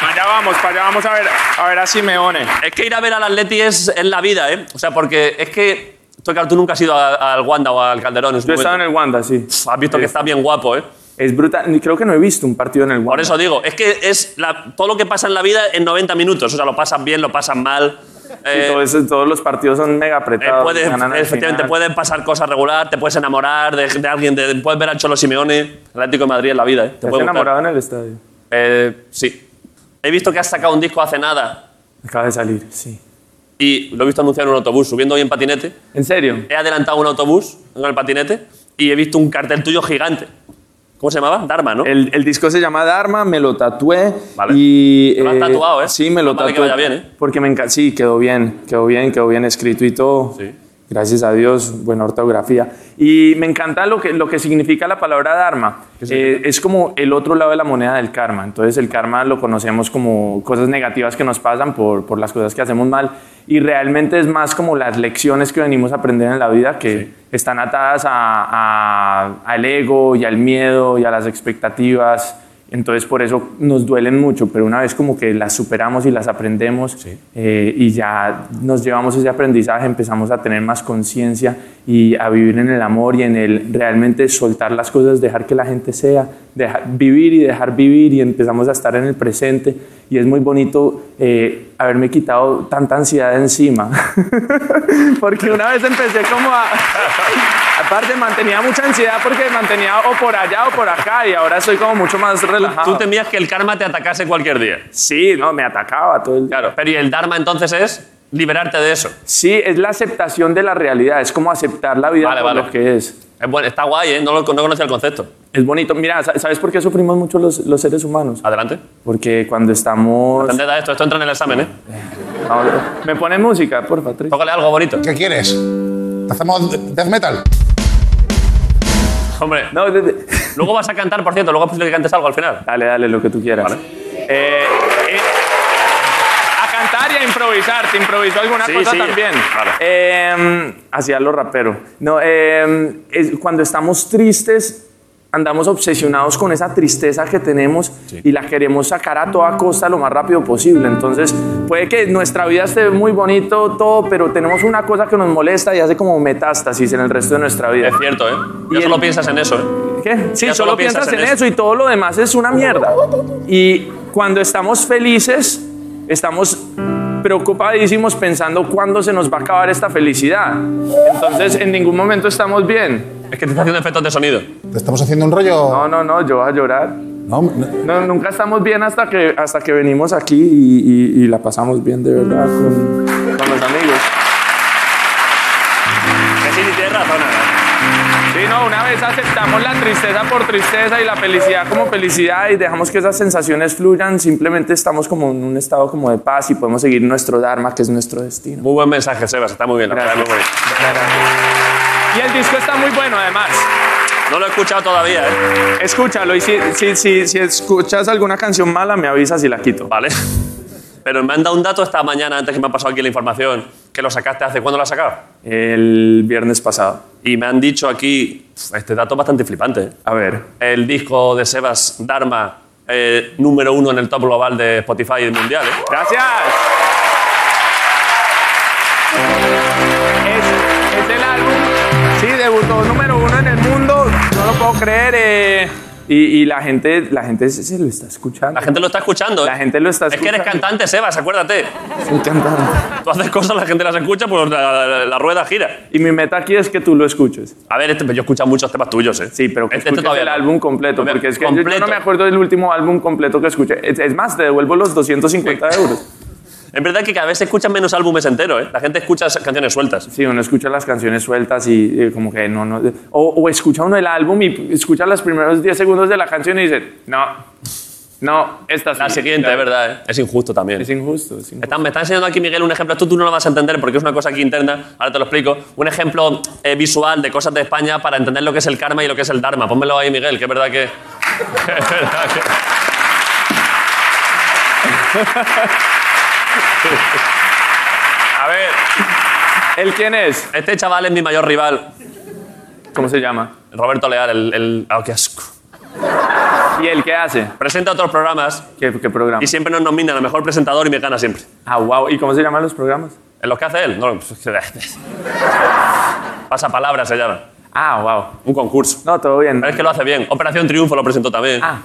Speaker 13: Para allá vamos, para allá vamos a ver, a ver a Simeone.
Speaker 1: Es que ir a ver al Atleti es, es la vida, ¿eh? O sea, porque es que... Tú, claro, tú nunca has ido a- al Wanda o al Calderón en su
Speaker 13: Yo he estado en
Speaker 1: momento.
Speaker 13: el Wanda, sí.
Speaker 1: Has visto que está bien guapo, ¿eh?
Speaker 13: Es brutal. Creo que no he visto un partido en el Wanda.
Speaker 1: Por eso digo, es que es la- todo lo que pasa en la vida en 90 minutos. O sea, lo pasan bien, lo pasan mal.
Speaker 13: Y
Speaker 1: Eh,
Speaker 13: todo eso- todos los partidos son mega
Speaker 1: Eh,
Speaker 13: apretados.
Speaker 1: puede-
Speaker 13: ganan al
Speaker 1: efectivamente,
Speaker 13: final.
Speaker 1: pueden pasar cosas regular, te puedes enamorar de, de alguien, de- puedes ver al Cholo Simeone, Atlético de Madrid en la vida. ¿eh? Te
Speaker 13: ¿Te has
Speaker 1: puede gustar.
Speaker 13: enamorado en el estadio?
Speaker 1: Eh, sí. He visto que has sacado un disco hace nada
Speaker 13: Acaba de salir, sí.
Speaker 1: y lo he visto anunciar en un autobús, subiendo hoy en patinete.
Speaker 13: ¿En serio?
Speaker 1: He adelantado un autobús con el patinete y he visto un cartel tuyo gigante. ¿Cómo se llamaba? Dharma, ¿no?
Speaker 13: El, el disco se llama Dharma, me lo tatué.
Speaker 1: Vale.
Speaker 13: Y,
Speaker 1: Te lo has tatuado, ¿eh?
Speaker 13: Sí, me lo
Speaker 1: Más vale
Speaker 13: tatué.
Speaker 1: que vaya bien, ¿eh?
Speaker 13: Porque me encanta. Sí, quedó bien, quedó bien, quedó bien escrito y todo. Gracias a Dios, buena ortografía. Y me encanta lo que, lo que significa la palabra Dharma. Eh, es como el otro lado de la moneda del karma. Entonces el karma lo conocemos como cosas negativas que nos pasan por, por las cosas que hacemos mal. Y realmente es más como las lecciones que venimos a aprender en la vida que están atadas a- a- al ego y al miedo y a las expectativas. Entonces por eso nos duelen mucho, pero una vez como que las superamos y las aprendemos eh, y ya nos llevamos ese aprendizaje, empezamos a tener más conciencia y a vivir en el amor y en el realmente soltar las cosas, dejar que la gente sea, dejar- vivir y dejar vivir y empezamos a estar en el presente y es muy bonito eh, haberme quitado tanta ansiedad de encima. porque una vez empecé como a... Aparte, mantenía mucha ansiedad porque mantenía o por allá o por acá y ahora soy como mucho más relajado.
Speaker 1: Tú temías que el karma te atacase cualquier día.
Speaker 13: Sí, no, me atacaba todo el día.
Speaker 1: Claro, pero ¿y el Dharma entonces es liberarte de eso?
Speaker 13: Sí, es la aceptación de la realidad, es como aceptar la vida
Speaker 1: Vale,
Speaker 13: por
Speaker 1: vale.
Speaker 13: lo que es.
Speaker 1: Es bueno, está guay, ¿eh? No, lo, no conocía el concepto.
Speaker 13: Es bonito. Mira, sa- ¿sabes por qué sufrimos mucho los, los seres humanos?
Speaker 1: Adelante.
Speaker 13: Porque cuando estamos...
Speaker 1: Atended a esto, esto entra en el examen, ¿eh?
Speaker 13: Ahora- ¿Me pones música, por Patrick?
Speaker 1: Tócale algo bonito.
Speaker 4: ¿Qué quieres? ¿Te hacemos death metal?
Speaker 1: Hombre,
Speaker 13: No, de- de-
Speaker 1: luego vas a cantar, por cierto, luego es posible que cantes algo al final.
Speaker 13: Dale, dale, lo que tú quieras. Eh, eh, a cantar y a improvisar. Te improvisó alguna
Speaker 1: Sí,
Speaker 13: cosa
Speaker 1: sí,
Speaker 13: también.
Speaker 1: claro.
Speaker 13: Eh, hacia lo rapero. No, eh, es- cuando estamos tristes, andamos obsesionados con esa tristeza que tenemos y la queremos sacar a toda costa lo más rápido posible. Entonces, puede que nuestra vida esté muy bonito, todo, pero tenemos una cosa que nos molesta y hace como metástasis en el resto de nuestra vida.
Speaker 1: Es cierto, ¿eh? Ya
Speaker 13: Y
Speaker 1: solo
Speaker 13: el-
Speaker 1: piensas en eso, ¿eh?
Speaker 13: ¿Qué? Sí,
Speaker 1: Ya
Speaker 13: solo, piensas, en, eso. y todo lo demás es una mierda. Y cuando estamos felices, estamos preocupadísimos pensando cuándo se nos va a acabar esta felicidad. Entonces, en ningún momento estamos bien.
Speaker 1: Es que te está haciendo efectos de sonido.
Speaker 4: ¿Te estamos haciendo un rollo?
Speaker 13: No, no, no, yo voy a llorar.
Speaker 4: No, no.
Speaker 13: No, nunca estamos bien hasta que, hasta que venimos aquí y, y- y la pasamos bien de verdad con, con los amigos.
Speaker 1: Que sí, sí, tienes razón, ¿eh?
Speaker 13: Sí, Sí, no, una vez aceptamos la tristeza por tristeza y la felicidad como felicidad y dejamos que esas sensaciones fluyan, simplemente estamos como en un estado como de paz y podemos seguir nuestro Dharma, que es nuestro destino.
Speaker 1: Muy buen mensaje, Sebas, está muy bien. la verdad, muy bonito.
Speaker 13: Y el disco está muy bueno, además.
Speaker 1: No lo he escuchado todavía, ¿eh?
Speaker 13: Escúchalo y si, si, si, si escuchas alguna canción mala, me avisas y la quito.
Speaker 1: Vale. Pero me han dado un dato esta mañana, antes que me ha pasado aquí la información, que lo sacaste hace. ¿Cuándo lo has sacado?
Speaker 13: El viernes pasado.
Speaker 1: Y me han dicho aquí. Este dato es bastante flipante. ¿eh?
Speaker 13: A ver.
Speaker 1: El disco de Sebas Dharma, eh, número uno en el top global de Spotify mundial, ¿eh?
Speaker 13: ¡Gracias! Es, es el álbum. Sí, debutó número uno en el mundo. No lo puedo creer. eh, y, y la gente, la gente se, se lo está escuchando.
Speaker 1: La gente lo está escuchando. La
Speaker 13: gente lo está
Speaker 1: Es que eres cantante, Sebas, acuérdate.
Speaker 13: Soy cantante.
Speaker 1: Tú haces cosas, la gente las escucha, pues la, la- la rueda gira.
Speaker 13: Y mi meta aquí es que tú lo escuches.
Speaker 1: A ver, este, yo escucho muchos temas tuyos, ¿eh?
Speaker 13: Sí, pero que
Speaker 1: Este- este
Speaker 13: escuches
Speaker 1: todavía
Speaker 13: el
Speaker 1: no.
Speaker 13: álbum completo. Porque es que yo- Yo,
Speaker 1: completo.
Speaker 13: no me acuerdo del último álbum completo que escuché. Es, es más, te devuelvo los 250 euros.
Speaker 1: Es verdad que cada vez se escuchan menos álbumes enteros, ¿eh? La gente escucha esas canciones sueltas.
Speaker 13: Sí, uno escucha las canciones sueltas y eh, como que no, no. O, o escucha uno el álbum y escucha los primeros 10 segundos de la canción y dice, no, no, esta es
Speaker 1: La siguiente, es verdad, ¿eh? Es injusto también.
Speaker 13: Es injusto, es injusto.
Speaker 1: Está- me está enseñando aquí Miguel un ejemplo, tú, tú no lo vas a entender porque es una cosa aquí interna, ahora te lo explico, un ejemplo eh, visual de cosas de España para entender lo que es el karma y lo que es el dharma. Pónmelo ahí, Miguel, que es verdad que... es verdad que-
Speaker 13: A ver. ¿El quién es?
Speaker 1: Este chaval es mi mayor rival,
Speaker 13: ¿Cómo se llama?
Speaker 1: Roberto Leal, el... el ah, qué asco.
Speaker 13: ¿Y el qué hace?
Speaker 1: Presenta otros programas
Speaker 13: ¿Qué, qué programa?
Speaker 1: y siempre nos nomina a mejor presentador y me gana siempre.
Speaker 13: Ah, wow. ¿Y cómo se llaman los programas?
Speaker 1: ¿En los que hace él? No, pues, pasa palabras se llama.
Speaker 13: Ah, wow.
Speaker 1: Un concurso.
Speaker 13: No, todo bien.
Speaker 1: Pero es que lo hace bien. Operación Triunfo lo presentó también.
Speaker 13: Ah,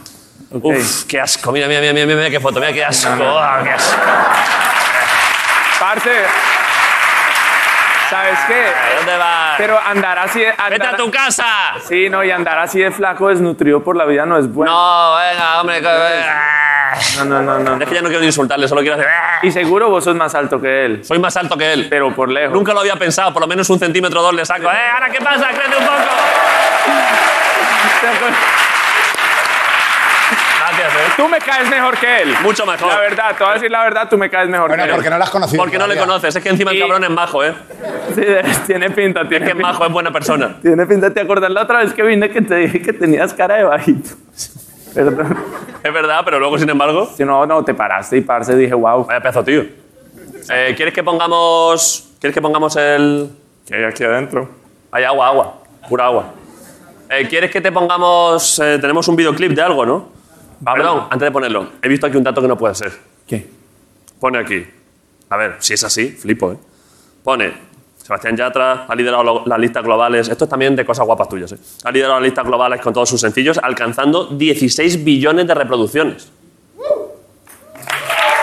Speaker 1: Uf, qué asco. Mira, mira, mira, mira, mira qué foto. Mira qué asco.
Speaker 13: No, no.
Speaker 1: Ah, qué asco.
Speaker 13: Parce. ¿Sabes qué?
Speaker 1: Ah, ¿Dónde vas?
Speaker 13: Pero andar así de. andar-
Speaker 1: ¡Vete a tu casa!
Speaker 13: Sí, no, y andar así de flaco, desnutrido por la vida no es bueno.
Speaker 1: No, venga, hombre. co- ah.
Speaker 13: No, no, no, no.
Speaker 1: Es que ya no quiero ni insultarle, solo quiero hacer. ah.
Speaker 13: Y seguro vos sos más alto que él.
Speaker 1: Soy más alto que él.
Speaker 13: Pero por lejos.
Speaker 1: Nunca lo había pensado, por lo menos un centímetro o dos le saco. ¡Eh, ahora qué pasa! ¡Crece un poco! Gracias, eh.
Speaker 13: Tú me caes mejor que él.
Speaker 1: Mucho mejor.
Speaker 13: La verdad, te voy a decir la verdad, tú me caes mejor
Speaker 4: Bueno,
Speaker 13: que él.
Speaker 4: porque no la has conocido.
Speaker 1: Porque no le
Speaker 4: todavía.
Speaker 1: conoces, es que encima el
Speaker 13: Y-
Speaker 1: cabrón es majo, ¿eh?
Speaker 13: Sí, tiene pinta, tiene
Speaker 1: Es
Speaker 13: pinta.
Speaker 1: majo, es buena persona.
Speaker 13: Tiene pinta, ¿te acordás la otra vez que vine que te dije que tenías cara de bajito? Perdón.
Speaker 1: Es verdad, pero luego, sin embargo.
Speaker 13: Si no, no, te paraste y parce, dije, wow.
Speaker 1: Vaya pedazo, tío. Eh, ¿Quieres que pongamos. ¿Quieres que pongamos el.
Speaker 13: ¿Qué hay aquí adentro?
Speaker 1: Hay agua, agua. Pura agua. Eh, ¿Quieres que te pongamos. eh, tenemos un videoclip de algo, ¿no? Perdón, antes de ponerlo. He visto aquí un dato que no puede ser.
Speaker 13: ¿Qué?
Speaker 1: Pone aquí. A ver, si es así, flipo, ¿eh? Pone. Sebastián Yatra ha liderado lo- las listas globales. Esto es también de cosas guapas tuyas, ¿eh? Ha liderado las listas globales con todos sus sencillos, alcanzando 16 billones de reproducciones.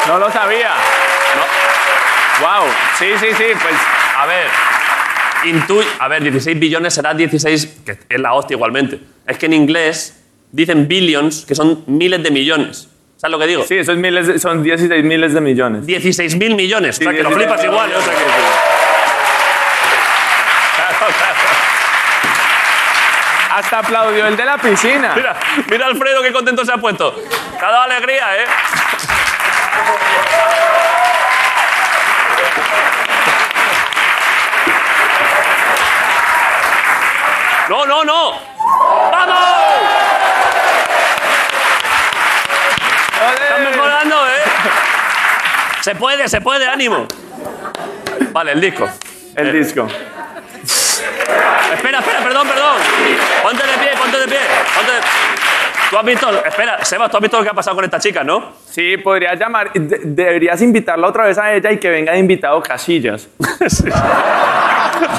Speaker 13: No lo sabía. Wow. Sí, sí, sí, pues.
Speaker 1: A ver, intu- a ver, 16 billones será 16, que es la hostia igualmente. Es que en inglés dicen billions, que son miles de millones. ¿Sabes lo que digo?
Speaker 13: Sí, esos miles, de- son 16 miles de millones.
Speaker 1: 16 mil millones, o sea
Speaker 13: Sí,
Speaker 1: que lo
Speaker 13: 16.000
Speaker 1: flipas igual. ¿eh? O sea que- Claro, claro.
Speaker 13: Hasta aplaudió el de la piscina.
Speaker 1: Mira, mira Alfredo qué contento se ha puesto. Te ha dado alegría, ¿eh? No, no, no. ¡Vamos! Están mejorando, ¿eh? Se puede, se puede, ánimo. Vale, el disco.
Speaker 13: El disco.
Speaker 1: Espera, espera, perdón, perdón. Ponte de pie, ponte de pie. Ponte de... Tú has visto, espera, Sebas, tú has visto lo que ha pasado con esta chica, ¿no?
Speaker 13: Sí, podría llamar. de- deberías invitarla otra vez a ella y que venga de invitado Casillas.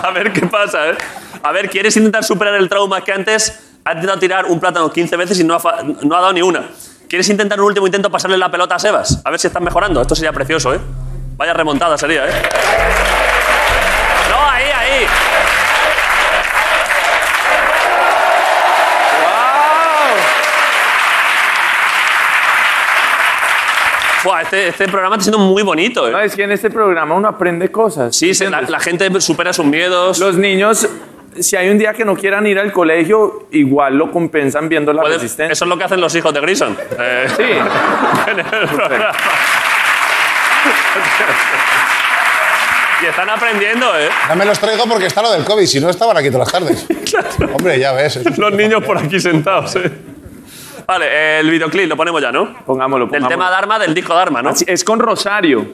Speaker 1: A ver qué pasa, ¿eh? A ver, ¿quieres intentar superar el trauma que antes ha intentado tirar un plátano 15 veces y no ha, fa- no ha dado ni una? ¿Quieres intentar un último intento pasarle la pelota a Sebas? A ver si estás mejorando. Esto sería precioso, ¿eh? Vaya remontada sería, ¿eh? No, ahí, ahí. Buah, este, este programa está siendo muy bonito,
Speaker 13: No,
Speaker 1: ¿eh?
Speaker 13: es que en este programa uno aprende cosas.
Speaker 1: Sí, se- la, la gente supera sus miedos.
Speaker 13: Los niños si hay un día que no quieran ir al colegio, igual lo compensan viendo la resistencia.
Speaker 1: Eso es lo que hacen los hijos de Grison.
Speaker 13: Sí.
Speaker 1: y están aprendiendo, ¿eh?
Speaker 4: Ya me los traigo porque está lo del COVID, si no estaban aquí todas las tardes. Hombre, ya ves.
Speaker 1: Los niños por aquí sentados, ¿eh? Vale, eh, el videoclip lo ponemos ya, ¿no?
Speaker 13: Pongámoslo,
Speaker 1: Del tema de Arma, del disco de Arma, ¿no?
Speaker 13: Así- Es con Rosario.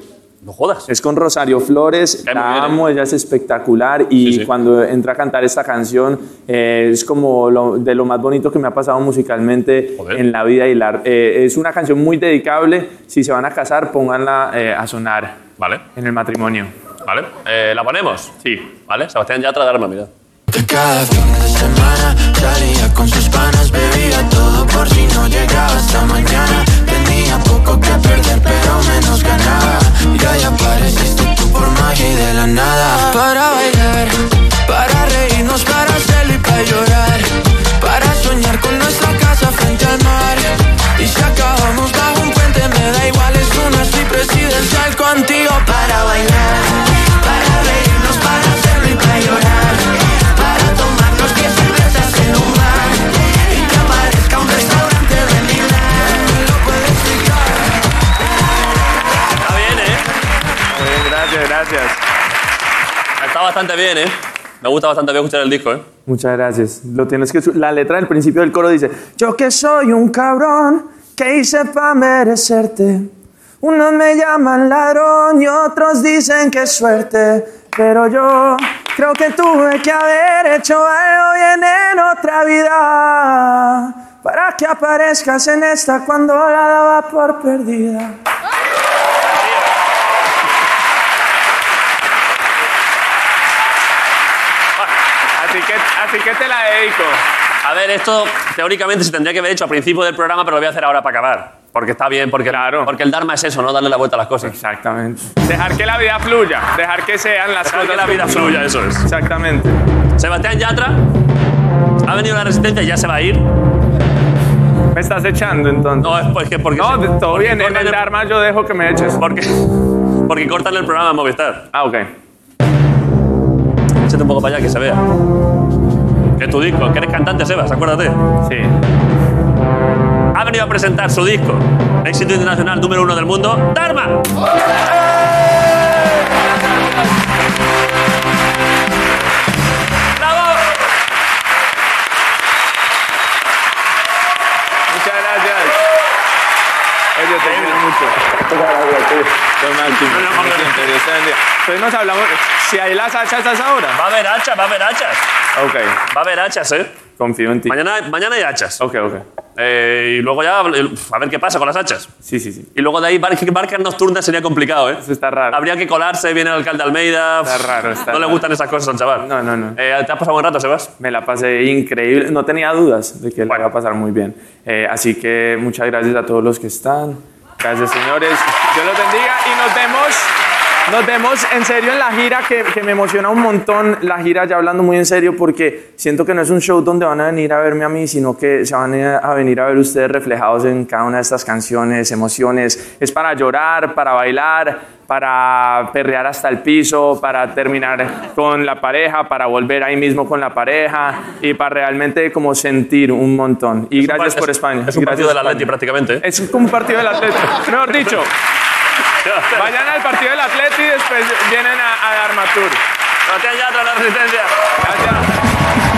Speaker 1: No jodas.
Speaker 13: Es con Rosario Flores. La amo, ella es espectacular. Y cuando entra a cantar esta canción, eh, es como lo- de lo más bonito que me ha pasado musicalmente en la vida. Y la- eh, es una canción muy dedicable. Si se van a casar, pónganla eh, a sonar.
Speaker 1: Vale.
Speaker 13: En el matrimonio.
Speaker 1: Vale, eh, ¿la ponemos? Sí. Vale, Sebastián Yatra de Arma, mira.
Speaker 15: Que cada fin de semana salía con sus panas, bebía todo por si no llegaba hasta mañana. Tenía poco que perder, pero menos ganaba. Y ahí apareciste tú por magia y de la nada. Para bailar, para reírnos, para hacerlo y para llorar. Para soñar con nuestra casa frente al mar. Y si acabamos bajo un puente, me da igual, es una así presidencial contigo. Para bailar, para reírnos, para hacerlo y para llorar. Para tomarnos diez cervezas en un bar Y que aparezca un restaurante de Milán Me lo puedo explicar
Speaker 1: Está bien, ¿eh?
Speaker 13: gracias, gracias.
Speaker 1: Está bastante bien, ¿eh? Me gusta bastante bien escuchar el disco, ¿eh?
Speaker 13: Muchas gracias. Lo tienes que. su- La letra del principio del coro dice: Yo que soy un cabrón, que hice para merecerte. Unos me llaman ladrón y otros dicen que es suerte. Pero yo creo que tuve que haber hecho algo bien en otra vida. Para que aparezcas en esta cuando la daba por perdida.
Speaker 1: Así que, así que te la dedico. A ver, esto teóricamente se tendría que haber hecho al principio del programa, pero lo voy a hacer ahora para acabar. Porque está bien, porque, porque el Dharma es eso, ¿no? Darle la vuelta a las cosas.
Speaker 13: Exactamente. Dejar que la vida fluya, dejar que sean las
Speaker 1: Dejar
Speaker 13: cosas
Speaker 1: que la vida
Speaker 13: como son.
Speaker 1: fluya, eso es.
Speaker 13: Exactamente.
Speaker 1: Sebastián Yatra ha venido a la resistencia, ya se va a ir.
Speaker 13: Me estás echando entonces.
Speaker 1: No, es porque. porque
Speaker 13: No, todo bien, en el
Speaker 1: arma
Speaker 13: yo dejo que me eches.
Speaker 1: Porque, porque cortan el programa de Movistar.
Speaker 13: Ah, ok.
Speaker 1: Échate un poco para allá que se vea. Que es tu disco, que eres cantante, Sebas, acuérdate.
Speaker 13: Sí.
Speaker 1: Ha venido a presentar su disco, éxito internacional número uno del mundo, Dharma.
Speaker 13: Muchas gracias. Oye, te quiero mucho. Lo máximo. Lo siento, Dios te bendiga. Entonces nos hablamos. Si hay las hachas, ¿es ahora?
Speaker 1: Va a haber hachas, va a haber hachas.
Speaker 13: Ok.
Speaker 1: Va a haber hachas, ¿eh?
Speaker 13: Confío en ti.
Speaker 1: Mañana, mañana hay hachas.
Speaker 13: Ok, ok.
Speaker 1: Eh, y luego ya, eh, a ver qué pasa con las hachas.
Speaker 13: Sí, sí, sí.
Speaker 1: Y luego de ahí, bar- barcas nocturnas sería complicado, ¿eh?
Speaker 13: está raro.
Speaker 1: Habría que colarse, viene el alcalde Almeida.
Speaker 13: Está raro, está
Speaker 1: No le
Speaker 13: raro.
Speaker 1: gustan esas cosas al chaval. Eh,
Speaker 13: No, no, no.
Speaker 1: ¿Te has pasado buen rato, Sebas?
Speaker 13: Me la pasé increíble. No tenía dudas de que la iba a pasar muy bien. Eh, así que muchas gracias a todos los que están. Gracias, señores. Dios los bendiga y nos vemos. Nos vemos en serio en la gira, que, que me emociona un montón la gira, ya hablando muy en serio, porque siento que no es un show donde van a venir a verme a mí, sino que se van a a venir a ver ustedes reflejados en cada una de estas canciones, emociones. Es para llorar, para bailar, para perrear hasta el piso, para terminar con la pareja, para volver ahí mismo con la pareja y para realmente como sentir un montón. Y gracias por España.
Speaker 1: Es un
Speaker 13: gracias
Speaker 1: partido del
Speaker 13: España.
Speaker 1: Atleti prácticamente. ¿eh?
Speaker 13: Es como un partido del Atlético. Mejor dicho, vayan al partido del Atlético y después vienen a, a Armatur.
Speaker 1: Sebastián Yatra, la resistencia.
Speaker 13: Gracias.